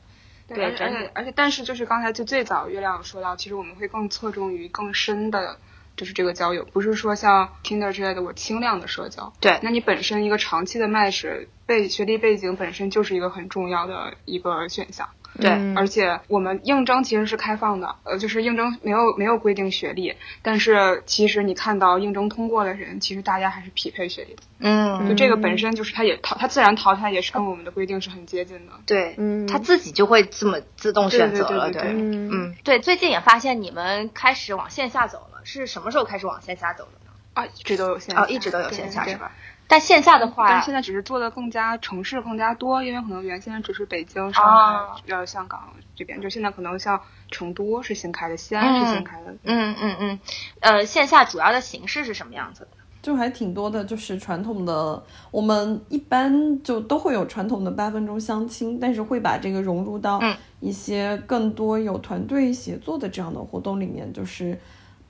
对而且真而的且而且，但是就是刚才就最早月亮有说到，其实我们会更侧重于更深的，就是这个交友，不是说像 Tinder 之类的我轻量的社交。对那你本身一个长期的 match，背学历背景本身就是一个很重要的一个选项。对嗯而且我们应征其实是开放的，呃，就是应征没有没有规定学历，但是其实你看到应征通过的人，其实大家还是匹配学历的。嗯哦就这个本身就是它也淘，它自然淘汰也是跟我们的规定是很接近的。对，嗯他自己就会这么自动选择了，对对对对嗯嗯，对，最近也发现你们开始往线下走了，是什么时候开始往线下走的呢？啊，一直都有线哦下，一直都有对线下对是吧但线下的话但，现在只是做的更加城市更加多，因为可能原先只是北京、上啊海、呃香港这边，就现在可能像成都是新开的，西安嗯是新开的，嗯嗯嗯，呃，线下主要的形式是什么样子的？就还挺多的，就是传统的，我们一般就都会有传统的八分钟相亲，但是会把这个融入到嗯一些更多有团队协作的这样的活动里面，就是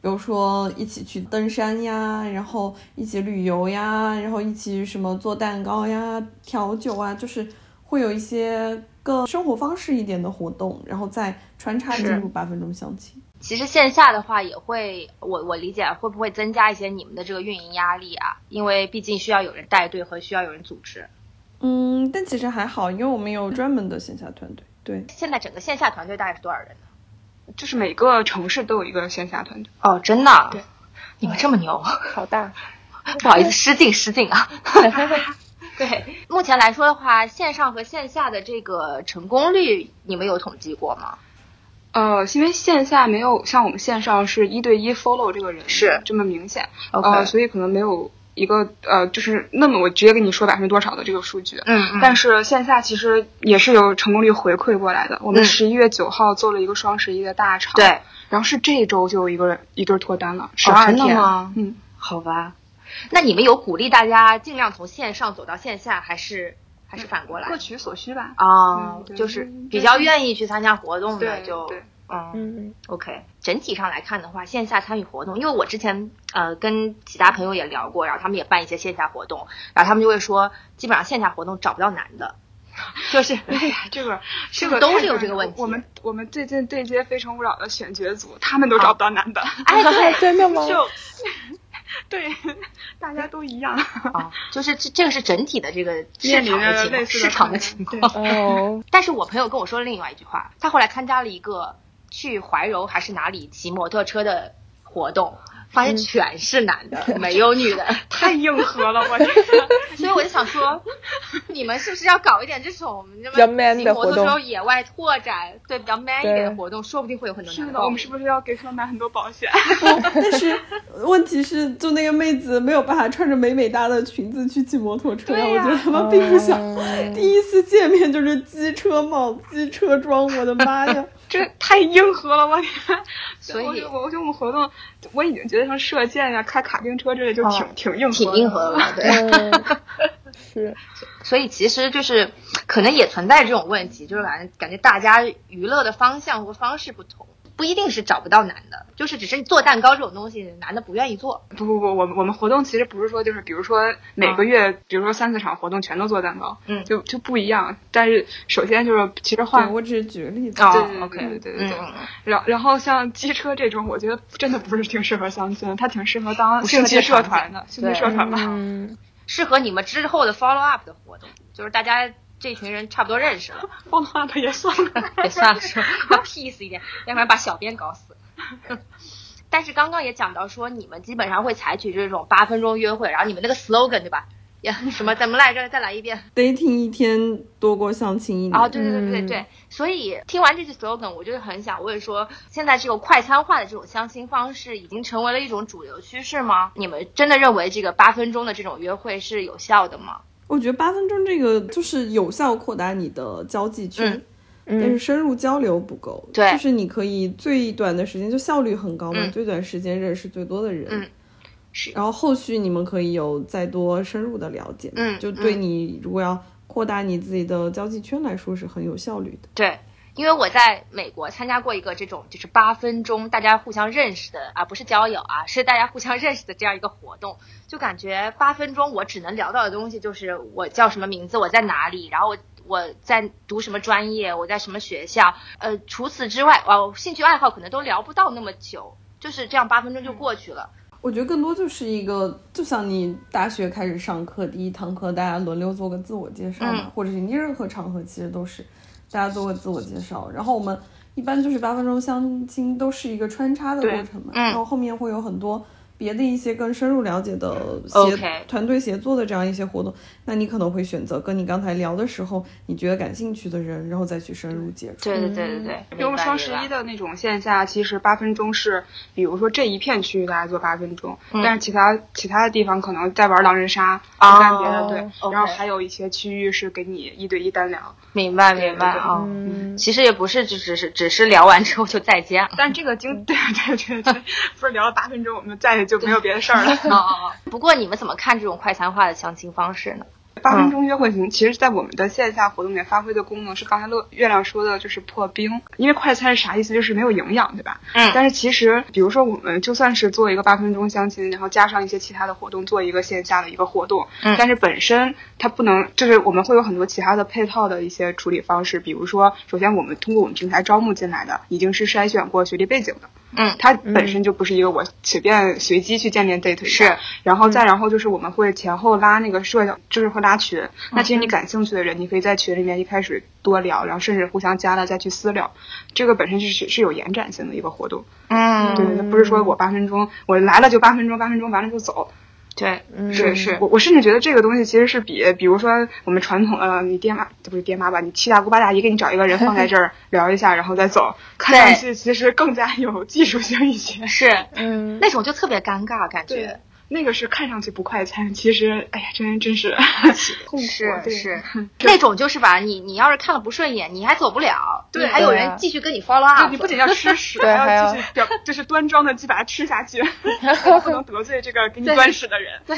比如说一起去登山呀，然后一起旅游呀，然后一起什么做蛋糕呀、调酒啊，就是会有一些更生活方式一点的活动，然后再穿插进入八分钟相亲。其实线下的话也会，我我理解啊会不会增加一些你们的这个运营压力啊？因为毕竟需要有人带队和需要有人组织。嗯，但其实还好，因为我们有专门的线下团队。对，现在整个线下团队大概是多少人呢？就是每个城市都有一个线下团队。哦，真的？对，你们这么牛。好大，不好意思，失敬失敬啊。 对，目前来说的话，线上和线下的这个成功率，你们有统计过吗？呃，因为线下没有像我们线上是一对一 follow 这个人是这么明显 OK 呃，所以可能没有一个呃，就是那么我直接跟你说百分之多少的这个数据，嗯嗯但是线下其实也是有成功率回馈过来的。我嗯们十一月九号做了一个双十一的大场，对，哦然后是这周就有一个一对脱单了，十二真的天，吗嗯，好吧。那你们有鼓励大家尽量从线上走到线下，还是还是嗯反过来各？取所 需吧。啊、嗯对就是嗯比较愿意去参加活动的对，就对嗯嗯 OK，整体上来看的话，线下参与活动，因为我之前呃跟其他朋友也聊过，然后他们也办一些线下活动，然后他们就会说，基本上线下活动找不到男的， 就是哎呀，这个是这不是个都太是有尴这个尬问了题我们我们最近对接《非诚勿扰》的选角组，他们都找不到男的。哎 对真的 吗？就对，大家都 一样，啊，就是这这个是整体的这个市哦面临场的着情类况，似市的场的困情难况。哦， 但是我朋友跟我说了另外一句话，他后来参加了一个去怀柔还是哪里骑摩托车的活动，发现嗯全是男的， 没有女的。太硬核了， 我这个。所以我就想 说，你们是不是要搞一点这种比较 man 的活动骑摩托车野外拓展，对比较 man 一对点的活动，说不定会有很多是男的，的。我们是不是要给他们买很多保险？但是问题是，就那个妹子没有办法穿着美美哒的裙子去骑摩托车呀，嗯我觉得他 们并不想。第一次见面就是机车帽、机车装，我的妈呀！这太硬核了，我天！所以我就我就我们活动，我已经觉得像射箭呀、开卡丁车之类就挺、哦挺硬核，挺硬。核 的，对。嗯是所以其实就是可能也存在这种问题，就是感觉感觉大家娱乐的方向和方式不同，不一定是找不到男的，就是只是做蛋糕这种东西，男的不愿意做。不不不，我们我们活动其实不是说就是，比如说每个月，比如说三四场活动全都做蛋糕，嗯就就不一样。但是首先就是，其实换对，我只是举个例子。哦对，OK，对对对嗯对。，然然后像机车这种，我觉得真的不是挺适合乡村，它挺适合当不适兴合趣这个社场团的，兴趣社团吧。嗯，适合你们之后的 follow up 的活动，就是大家这群人差不多认识了， 放的话它也算了。 也算是要 peace 一点，要不然把小编搞死。 但是刚刚也讲到说，你们基本上会采取这种八分钟约会，然后你们那个 slogan 对吧？也什么怎么来着？再来一遍。 dating 一天多过相亲一年。哦，对对对对对对，所以听完这句 slogan，我就是很想问说，现在这个快餐化的这种相亲方式已经成为了一种主流趋势吗？你们真的认为这个八分钟的这种约会是有效的吗？我觉得八分钟这个就是有效扩大你的交际圈。嗯嗯但是深入交流不够，对就是你可以最短的时间就效率很高嘛，嗯最短时间认识最多的人，嗯是然后后续你们可以有再多深入的了解嘛，嗯就对你如果要扩大你自己的交际圈来说是很有效率的。对，因为我在美国参加过一个这种就是八分钟大家互相认识的啊，不是交友啊，是大家互相认识的这样一个活动，就感觉八分钟我只能聊到的东西就是我叫什么名字，我在哪里，然后我。我在读什么专业，我在什么学校，呃，除此之外，哦，兴趣爱好可能都聊不到那么久，就是这样八分钟就过去了。我觉得更多就是一个，就像你大学开始上课第一堂课，大家轮流做个自我介绍嘛，嗯或者是你任何场合其实都是大家做个自我介绍。然后我们一般就是八分钟相亲都是一个穿插的过对程嘛，嗯然后后面会有很多别的一些更深入了解的协 OK 团队协作的这样一些活动，那你可能会选择跟你刚才聊的时候你觉得感兴趣的人，然后再去深入接触。对对对对对，比如明白嗯双十明白一的那种线下，其实八分钟是，比如说这一片区域大家做八分钟，嗯但是其他其他的地方可能在玩狼人杀，哦在干别的，对。 OK 然后还有一些区域是给你一对一单聊，明白明白啊、嗯其实也不是只只是只是聊完之后就再见了。但这个嗯经 对对对对，不是聊了八分钟，我们再也就没有别的事儿了。 哦，不过你们怎么看这种快餐化的相亲方式呢？八分钟约会型，其实在我们的线下活动里面发挥的功能是刚才乐月亮说的，就是破冰。因为快餐是啥意思？就是没有营养，对吧？嗯但是其实，比如说我们就算是做一个八分钟相亲，然后加上一些其他的活动，做一个线下的一个活动，嗯但是本身它不能，就是我们会有很多其他的配套的一些处理方式。比如说，首先我们通过我们平台招募进来的，已经是筛选过学历背景的，嗯它本身就不是一个我随便随机去见面 date 的是，然后再然后就是我们会前后拉那个社交，就是会拉嗯群。那其实你感兴趣的人，你可以在群里面一开始多聊，然后甚至互相加了再去私聊，这个本身是是是有延展性的一个活动。嗯对，那不是说我八分钟我来了就八分钟，八分钟完了就走。对，嗯是是我我甚至觉得这个东西其实是比，比如说我们传统呃，你爹妈不是爹妈吧，你七大姑八大姨给你找一个人放在这儿聊一下，然后再走，看上去其实更加有技术性一 些。是嗯，那种就特别尴尬，感觉那个是看上去不快餐，其实哎呀，真真是 痛苦是啊。对 是，那种就是吧，你你要是看了不顺眼，你还走不了，对你还有人继续跟你 follow 对 up， 你不仅要吃屎，对还要还继要续表，就是端庄的去把它吃下去，还不能得罪这个给你对端屎的人。对。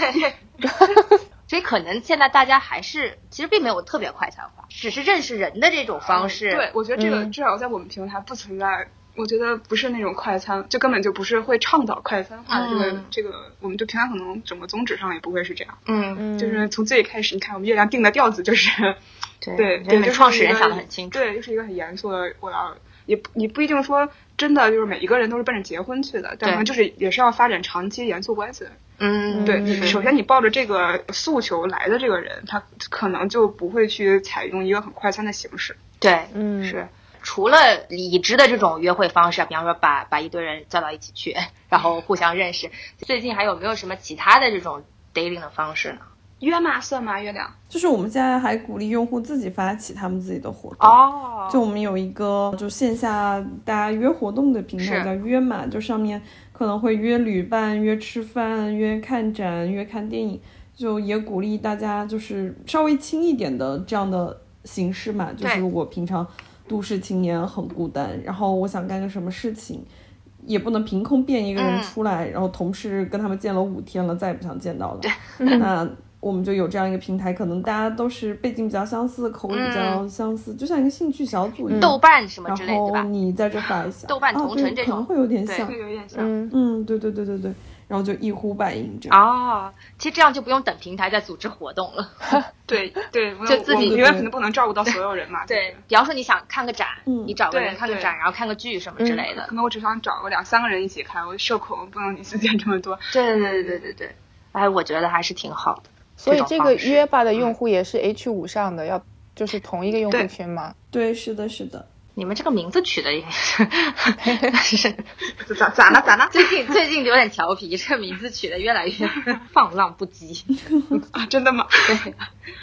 所以可能现在大家还是其实并没有特别快餐化，只是认识人的这种方式。对，，我觉得这个嗯至少在我们平台不存在，我觉得不是那种快餐，就根本就不是会倡导快餐化的这个、嗯这个，我们就平台可能整个宗旨上也不会是这样。嗯，嗯就是从最开始，你看我们月亮定的调子就是， 对人就们是创始人一个想得很清楚。对，就是一个很严肃的，我要也不你不一定说真的就是每一个人都是奔着结婚去的，但可能就是也是要发展长期严肃关系的。嗯，对，嗯你首先你抱着这个诉求来的这个人，他可能就不会去采用一个很快餐的形式。对，嗯是。除了已知的这种约会方式，啊比方说把把一堆人叫到一起去，然后互相认识，最近还有没有什么其他的这种 dating 的方式呢？约嘛算嘛，月亮就是我们现在还鼓励用户自己发起他们自己的活动。哦就我们有一个就线下大家约活动的平台是叫约嘛，就上面可能会约旅伴、约吃饭、约看展、约看电影，就也鼓励大家就是稍微轻一点的这样的形式嘛，就对是我平常都市青年很孤单，然后我想干个什么事情，也不能凭空变一个人嗯出来，然后同事跟他们见了五天了，再也不想见到了。嗯 那我们就有这样一个平台，可能大家都是背景比较相似，口味比较相似，就像一个兴趣小组一嗯样。豆瓣什么之类，嗯然对后吧？你在这发一下，豆瓣啊同对城这可能种会有点对像会，有点像。嗯，嗯，对对对对对，然后就一呼百应这样。哦，其实这样就不用等平台再组织活动了。对对，因为就自己我们因为可能不能照顾到所有人嘛。对不， 比方说你想看个展，嗯你找个人对看个对嗯展，然后看个剧什么之类的可。能我只想找个两三个人一起看，我社恐，不能一次见这么多。对对对对对对，哎，我觉得还是挺好的。所以这这种个方式嗯约吧的用户也是 H 五上的，要就是同一个用户对群嘛。对，是的，是的。你们这个名字取的也是， 是就咋咋了咋了？最近最近有点调皮， 这个名字取的越来越放浪不羁。 啊，真的吗？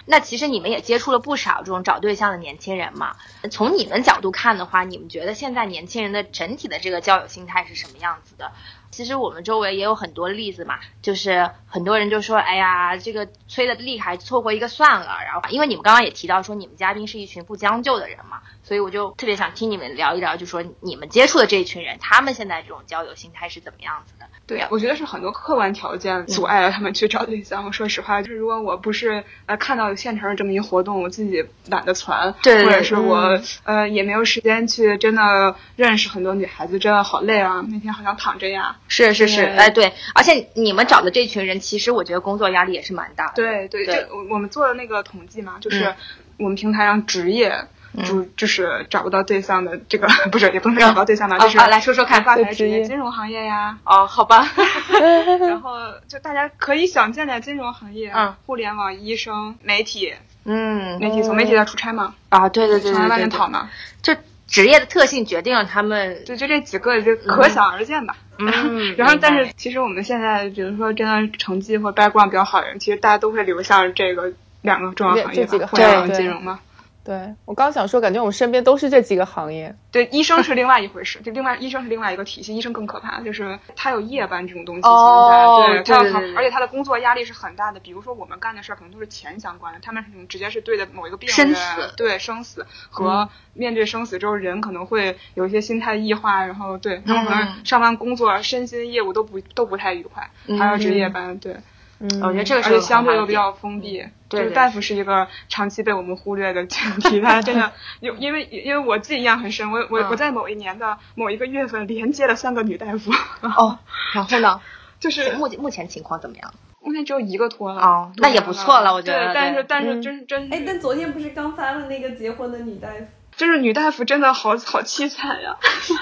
那其实你们也接触了不少这种找对象的年轻人嘛。从你们角度看的话，你们觉得现在年轻人的整体的这个交友心态是什么样子的？其实我们周围也有很多例子嘛，就是很多人就说，哎呀，这个催的厉害，错过一个算了。然后，因为你们刚刚也提到说，你们嘉宾是一群不将就的人嘛，所以我就特别想听你们聊一聊，就说你们接触的这一群人，他们现在这种交友心态是怎么样子的？ 对，啊我觉得是很多客观条嗯件阻碍了他们去找对象。我说实话，就是如果我不是呃看到有现成有这么一活动，我自己懒得传，对嗯或者是我、呃也没有时间去真的认识很多女孩子，真的好累啊，每天好想躺着呀。是是是，对哎对，而且你们找的这群人，其实我觉得工作压力也是蛮大的。对对，对这我我们做的那个统计嘛，就是嗯我们平台上职业。就就是找不到对象的这个不是也不能说找不到对象吧，啊就是啊来说说看发财对职职业，业金融行 业呀，哦，好吧，然后就大家可以想见的金融行业、嗯互联网、医生、媒体，嗯，媒体从媒体在出差嘛，啊，对对对从对外对面对跑嘛，就职业的特性决定了他们，就就这几个就可想而知吧。嗯，然后明，白但是其实我们现在，比如说真的成绩或 background 比较好的人，其实大家都会流向这个两个重要行业这几个吧，互联行网、业金融嘛。对我刚想说，感觉我们身边都是这几个行业。对，医哎生是另外一回事，就另外医生是另外一个体系，医生更可怕，就是他有夜班这种东西存在，哦对，对他对要扛对，而且他的工作压力是很大的。比如说我们干的事儿可能都是钱相关的，他们是直接是对的某一个病人，生死嗯对生死和面对生死之后，人可能会有一些心态异化，然后对他们可嗯能上班工作、身心业务都不都不太愉快，还要值夜班，对，嗯，哦我觉得这个而是且个相对很又好的嗯比较封闭。对就是对大夫是一个长期被我们忽略的群体，他 真的有，因为因为我自己印象很深，我我嗯我在某一年的某一个月份连接了三个女大夫，哦，然后呢，就是目前目前情况怎么样？我那只有一个脱了，哦对那也不错了我觉得对，对但嗯是但是真真哎，但昨天不是刚发了那个结婚的女大夫？就是女大夫真的好好凄 惨呀，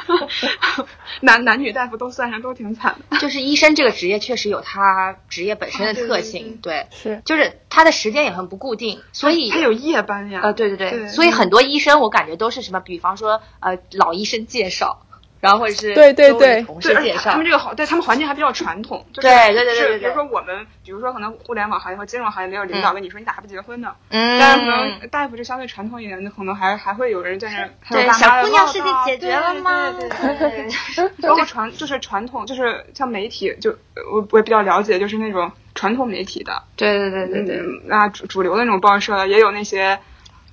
男男女大夫都算上都挺惨的，就是医生这个职业确实有他职业本身的啊对特对性，对，哎是就是他的时间也很不固定，所以他有夜班呀，呃，对对对，对嗯所以很多医生我感觉都是什么，比方说呃老医生介绍，然后或者是对对周围的对同对，事而且介绍他们，这个好，对他们环境还比较传统，就是对对对对对是比如说我们，比如说可能互联网行业或金融行业没有领导跟你说你咋还不结婚呢？但是可嗯，能大夫就相对传统一点，可能还还会有人在那儿还有对，大妈小的姑娘唠叨啊事情解决了吗？对对对 对对 对对包括传就是传统，就是像媒体，就呃我我也比较了解，就是那种传统媒体的，对对对对，嗯，那主主流的那种报社，也有那些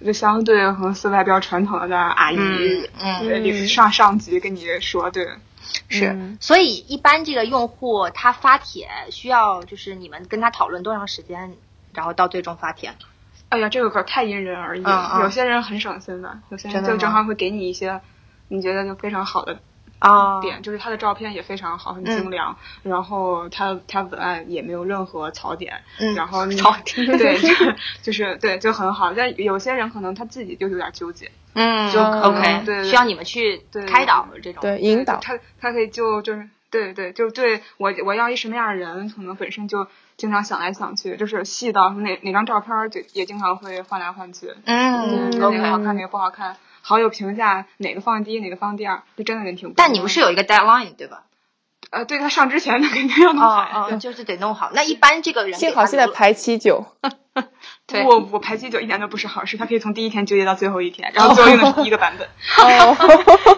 就相对可能思维比较传统的阿姨，嗯嗯。对领上上级跟你说，对，嗯嗯 是，所以一般这个用户他发帖需要就是你们跟他讨论多长时间，然后到最终发帖。哎呀，这个可太因人而异了。嗯嗯有些人很省心的，有些真人的吗就正好会给你一些你觉得就非常好的啊点，就是他的照片也非常好，很精良，然后他他文案也没有任何槽点，嗯然后你槽点 对，就是就是对就很好。但有些人可能他自己就有点纠结，嗯就可能，OK，对对需要你们去对开导这种。 对引导就他他可以就就是对对，就对我我要一什么样的人，可能本身就经常想来想去，就是细到哪哪张照片儿就也经常会换来换去，嗯哪个好看哪个不好看，好友评价哪个放第一哪个放第二，就真的跟挺不一样。但你们是有一个 deadline 对吧？呃，对他上之前他肯定要弄好。哦哦，就是得弄好。那一般这个人给幸他好现在留排期 久，对我我排期九一点都不是 哦 好事，他可以从第一天纠结到最后一天，然后最后用的是第一个版本。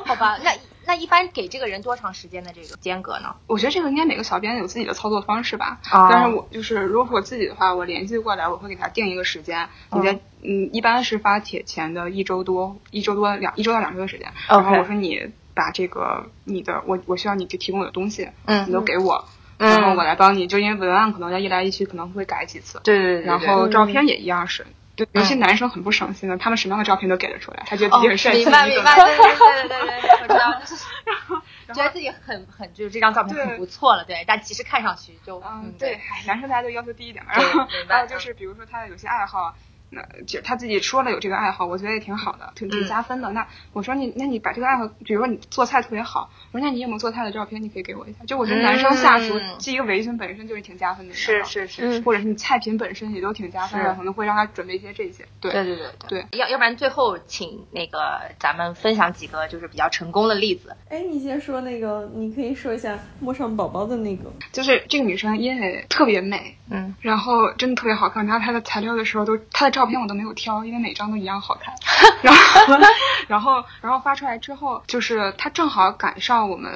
好吧？那那一般给这个人多长时间的这个间隔呢？我觉得这个应该每个小编有自己的操作方式吧。啊 但是我就是如果是我自己的话，我联系过来，我会给他定一个时间。你哦在嗯，一般是发帖前的一周多，一周多两一周到两周的时间。 OK 然后我说你把这个你的我我需要你给提供的东西，嗯你都给我，嗯然后我来帮你。就因为文案可能要一来一去可能会改几次，对对对嗯然后照片也一样是。对，尤其男生很不省心的，他们什么样的照片都给了出来，他觉得自己很帅气。哦明白一明个白，对对对对对对，我知 道，就是觉得自己很很就是这张照片很对不错了，对，但其实看上去就嗯，对，唉，男生大家都要求低一点嘛。对然后明白嗯还有就是，比如说他有些爱好，那就他自己说了有这个爱好，我觉得也挺好的，挺挺嗯加分的。那我说你，那你把这个爱好，比如说你做菜特别好，我说那你有没有做菜的照片？你可以给我一下。就我觉得男生下厨嗯这一个围裙本身就是挺加分的，啊是。是是，嗯或者是你菜品本身也都挺加分的，是可能会让他准备一些这些。对对对对对要要不然最后请那个咱们分享几个就是比较成功的例子，哎，你先说那个，你可以说一下陌上宝宝的那个。就是这个女生因为特别美，嗯，然后真的特别好看。然后她的材料的时候都，她的照片我都没有挑，因为每张都一样好看。然后，然后，然后发出来之后，就是她正好赶上我们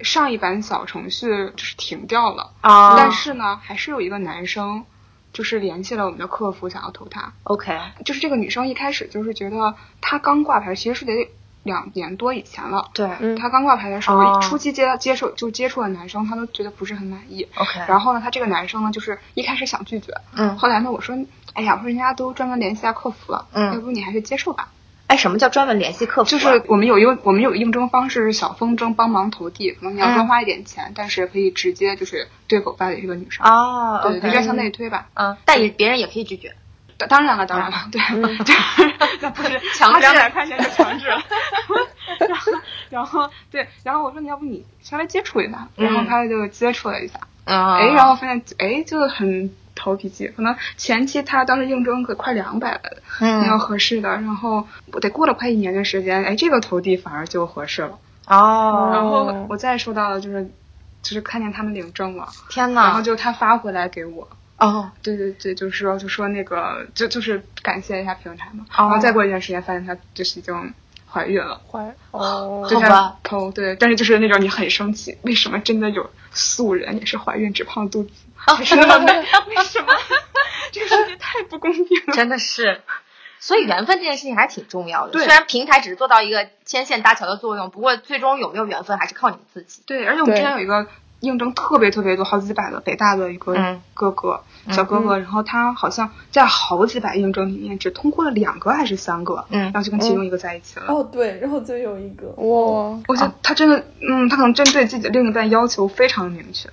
上一版小程序就是停掉了，啊但是呢，还是有一个男生就是联系了我们的客服，想要投她。 OK，就是这个女生一开始就是觉得她刚挂牌，其实是得两年多以前了。对嗯她刚挂牌的时候，哦初期接接受就接触的男生，她都觉得不是很满意。 OK，然后呢，他这个男生呢，就是一开始想拒绝，嗯后来呢，我说，哎呀，我说人家都专门联系下客服了，嗯要不你还是接受吧。哎，什么叫专门联系客服啊？嗯就是我们有应我们有应征方式是小风筝帮忙投递，可能你要多花一点钱，但是可以直接就是对口发给这个女生，哦对， ，OK，就这向内推吧。嗯，但也别人也可以拒绝，当当然了，当然了， 对，对，那不 是强制花这两块钱就啊强制 了。然后，然后对，然后我说你要不你稍微接触一下，然后嗯他就接触了一下，嗯，哎，然后发现哎就很投脾气，可能前期他当时应征个快两百了，没有嗯，合适的，然后我得过了快一年的时间，哎，这个投递反而就合适了。哦，然后我再收到的就是，就是看见他们领证了，天然后呐，就他发回来给我。啊哦，对对对，就是说就说那个就就是感谢一下平台嘛，哦然后再过一段时间发现她就是已经怀孕了，怀哦，就好像吧剖对，但是就是那种你很生气，为什么真的有素人也是怀孕只胖肚子？ 哦为 什么？为什 么？这个世界太不公平了。真的是。 所以缘分这件事情还是挺重要的，对虽然平台只是做到一个牵线搭桥的作用，不过最终有没有缘分还是靠你自己。对，而且我们对之前有一个应征特别特别多，好几百个北大的一个嗯哥哥，小哥哥，然后他好像在好几百应征里面只通过了两个还是三个，嗯然后就跟其中一个在一起了。哦，对，然后就有一个，哇，我觉哦得他真的，嗯，他可能针对自己的另一半要求非常明哦确。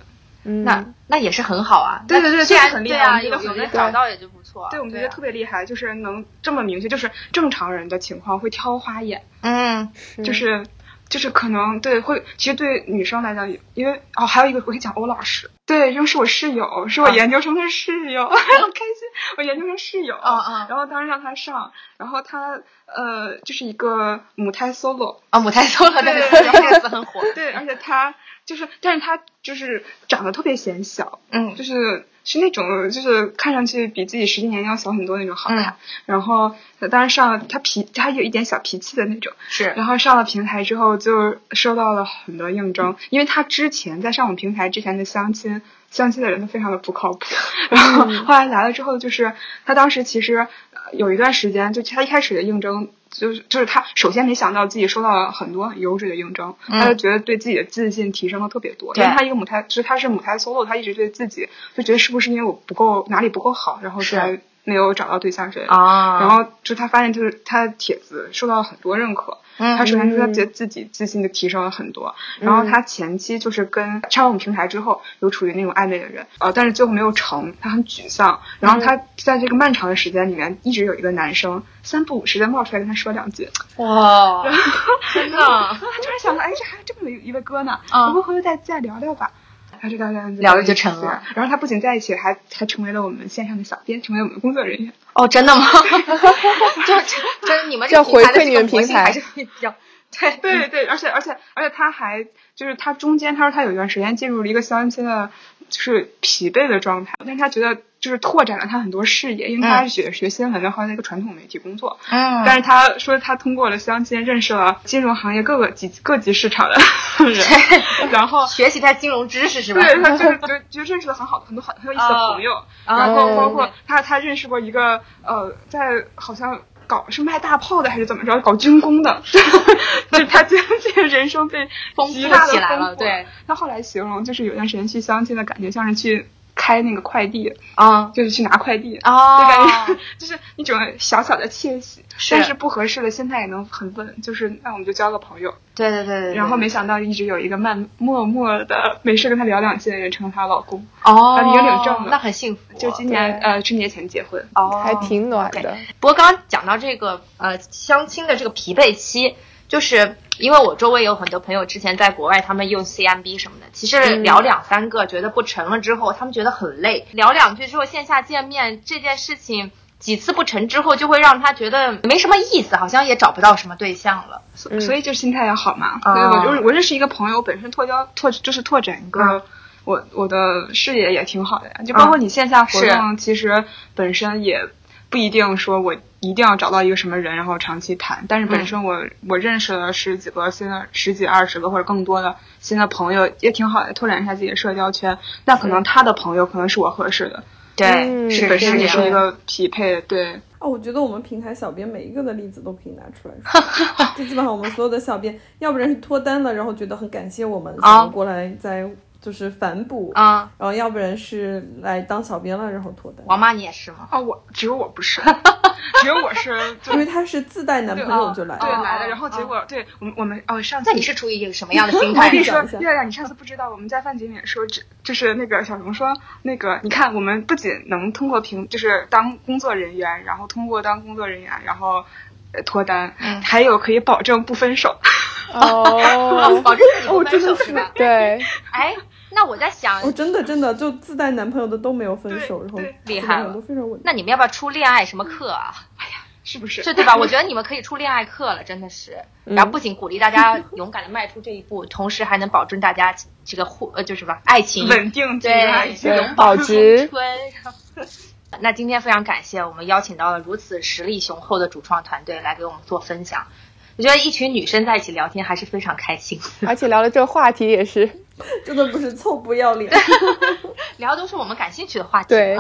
嗯那那也是很好啊。对那对对虽这个然很厉对害我啊，们觉有得有很人厉害找到也就不错。对，我们觉啊得特别厉害，就是能这么明确，就是正常人的情况会挑花眼，嗯就是就是可能对会，其实对女生来讲也，因为哦，还有一个我可以讲欧老师，对，又是我室友，是我研究生的室 友，好开心，我研究生室友，哦哦然后当时让他上，然后他呃就是一个母胎 solo，啊，母胎 solo 对对对对对对，这个词很 火。对，而且他就是，但是他就是长得特别显小，嗯就是是那种就是看上去比自己实际年龄要小很多那种好嗯看，然后呃当然上了他脾他有一点小脾气的那种，是然后上了平台之后就收到了很多应嗯征，因为他之前在上我们平台之前的相亲。 相亲的人都非常的不靠 谱，然后后来来了之后，就是他当时其实呃有一段时间，就他一开始的应征，就是就是他首先没想到自己收到了很多很优质的应征，嗯他就觉得对自己的自信提升了特别多，因对为他一个母胎，就是他是母胎 solo，他一直对自己就觉得是不是因为我不够哪里不够好，然后是才没有找到对象之类的。啊然后就他发现，就是他的帖子受到了很多认可。嗯嗯他首先他觉得自己自信的提升了很多，然后他前期就是跟上了我们平台之后，有处于那种暧昧的人，呃，但是最后没有成，他很沮丧。然后嗯他在这个漫长的时间里面，一直有一个男生三不五时的冒出来跟他说两句， 哇，真的他突然想到，哎，这还这么有一位哥呢，嗯我们回头再再聊聊吧。他就聊聊聊着就成了。然后他不仅在一起，还还成为了我们线上的小编，成为我们的工作人员。哦，真的吗？ 就就真你们这这个平台的回馈你们这个活平性台还是比较对嗯对对，而且而且而且他还就是他中间他说他有一段时间进入了一个相亲的，就是疲惫的状态，但是他觉得就是拓展了他很多视野，因为他学、学新闻的话，在一个传统媒体工作，嗯但是他说他通过了相亲认识了金融行业各个级各级市场的 人，然后学习他金融知识是吧？对他就是就就认识了很好的很多很很有意思的朋友，然后包哦括他他认识过一个呃，在好像搞是卖大炮的还是怎么着，搞军工的， 就是他这这人生被丰极富大的起来丰了富对。他后来形容就是有段时间去相亲的感觉，像是去开那个快递，嗯，就是去拿快递。哦就感觉就是一种小小的窃喜，是但是不合适的现在也能很稳，就是那我们就交个朋友，对对对对，然后没想到一直有一个慢默默的没事跟她聊两句的人成了她老公，哦，已经领证了那很幸福。啊就今年呃春节前结婚。哦，还挺暖的。 不过刚刚讲到这个呃相亲的这个疲惫期，就是因为我周围有很多朋友之前在国外，他们用 CMB 什么的，其实嗯聊两三个觉得不成了之后，他们觉得很累，聊两句之后线下见面这件事情。几次不成之后，就会让他觉得没什么意思，好像也找不到什么对象了。所所以就心态要好嘛。啊所以我就是我认识一个朋友，本身拓交拓就是拓展一个、啊我我的视野也挺好的呀。嗯就包括你线下活动，其实本身也不一定说我一定要找到一个什么人，然后长期谈。但是本嗯身我、我认识了十几个新的十几二十个或者更多的新的朋友，也挺好的，拓展一下自己的社交圈。那可能他的朋友可能是我合适的，对，嗯是本这身也是样一个匹配的，对。哦，我觉得我们平台小编每一个的例子都可以拿出来说，就基本上我们所有的小编，要不然是脱单了，然后觉得很感谢我哦们，想要过来再就是反哺，啊。然后要不然是来当小编了，然后脱单，王妈，你也是吗？啊，我只有我不是，只有我是就因为他是自带男朋友就来对哦了，来了，然后结果对我们我们哦上次那你是出于一个什么样的 心我态跟呢？你说讲一下，月亮，你上次不知道，我们在饭局里面说，这就是那个小熊说，那个你看，我们不仅能通过平，就是当工作人员，然后通过当工作人员，然后呃脱单，还有可以保证不分手。哦， 保证自己不分手是 吧？对，哎，那我在想，哦，真的真的就自带男朋友的都没有分手，对然后对基厉本害上了都非常稳定。那你们要不要出恋爱什么课啊？是不是？是对嗯吧？我觉得你们可以出恋爱课了，真的是。然后不仅鼓励大家勇敢的迈出这一步，同时还能保证大家这个互呃就是什么爱情稳定进来，对已经对保值春。然后那今天非常感谢我们邀请到了如此实力雄厚的主创团队来给我们做分享。我觉得一群女生在一起聊天还是非常开心，而且聊了这个话题也是， 真的不是臭不要脸，聊的都是我们感兴趣的话题。对，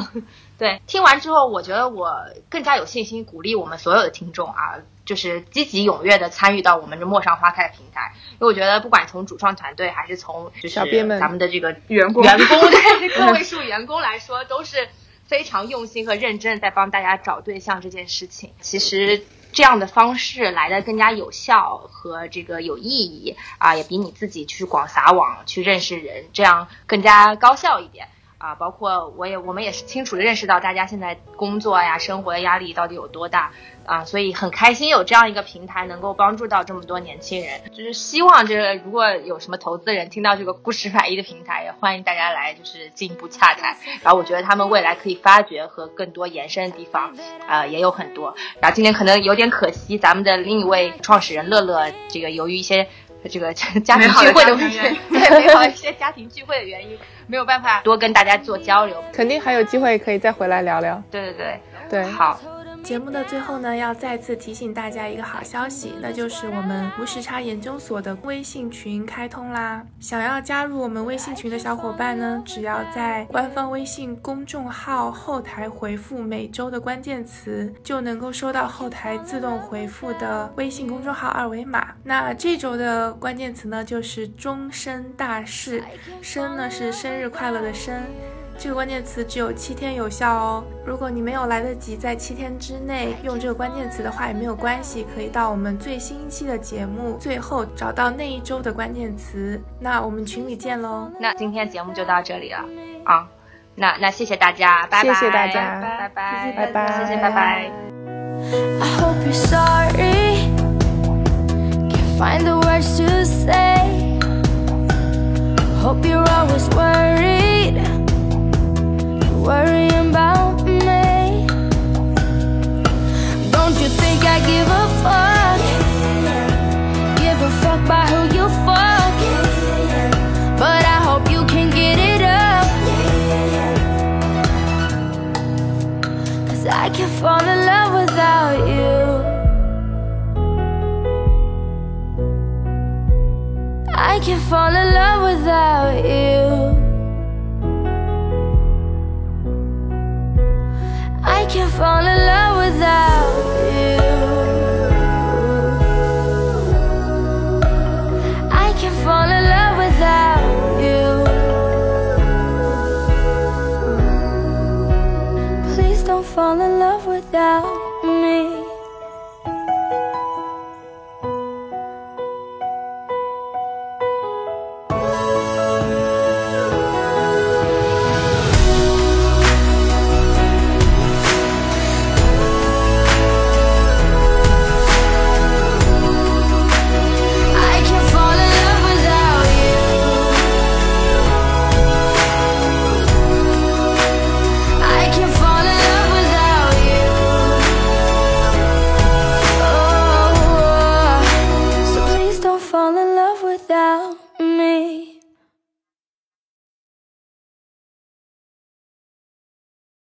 对，听完之后，我觉得我更加有信心鼓励我们所有的听众啊，就是积极踊跃的参与到我们这陌上花开的平台，因为我觉得不管从主创团队还是从就是小编们咱们的这个员工员工 对个位数员工来说，都是非常用心和认真地在帮大家找对象这件事情。其实。这样的方式来的更加有效和这个有意义啊，也比你自己去广撒网去认识人，这样更加高效一点。啊，包括我也我们也是清楚的认识到大家现在工作呀、生活的压力到底有多大啊，所以很开心有这样一个平台能够帮助到这么多年轻人。就是希望这个如果有什么投资人听到这个故事百亿的平台，也欢迎大家来就是进一步洽谈。然后我觉得他们未来可以发掘和更多延伸的地方，呃，也有很多。然后今年可能有点可惜，咱们的另一位创始人乐乐，这个由于一些这个 家庭聚会的问题， 对，美好一些家庭聚会的原因，没有办法多跟大家做交流。肯定还有机会可以再回来聊聊。对对对对，，好，节目的最后呢，要再次提醒大家一个好消息，那就是我们无时差研究所的微信群开通啦！想要加入我们微信群的小伙伴呢，只要在官方微信公众号后台回复每周的关键词，就能够收到后台自动回复的微信公众号二维码。那这周的关键词呢，就是终身大事，生呢是生日快乐的生。这个关键词只有七天有效哦。如果你没有来得及在七天之内用这个关键词的话，也没有关系，可以到我们最新一期的节目最后找到那一周的关键词。那我们群里见喽。那今天节目就到这里了啊。那那谢谢大家，拜拜，谢谢大家拜拜，拜拜谢谢，拜拜。 I hope you're sorry. Can't find the words to say. Oh,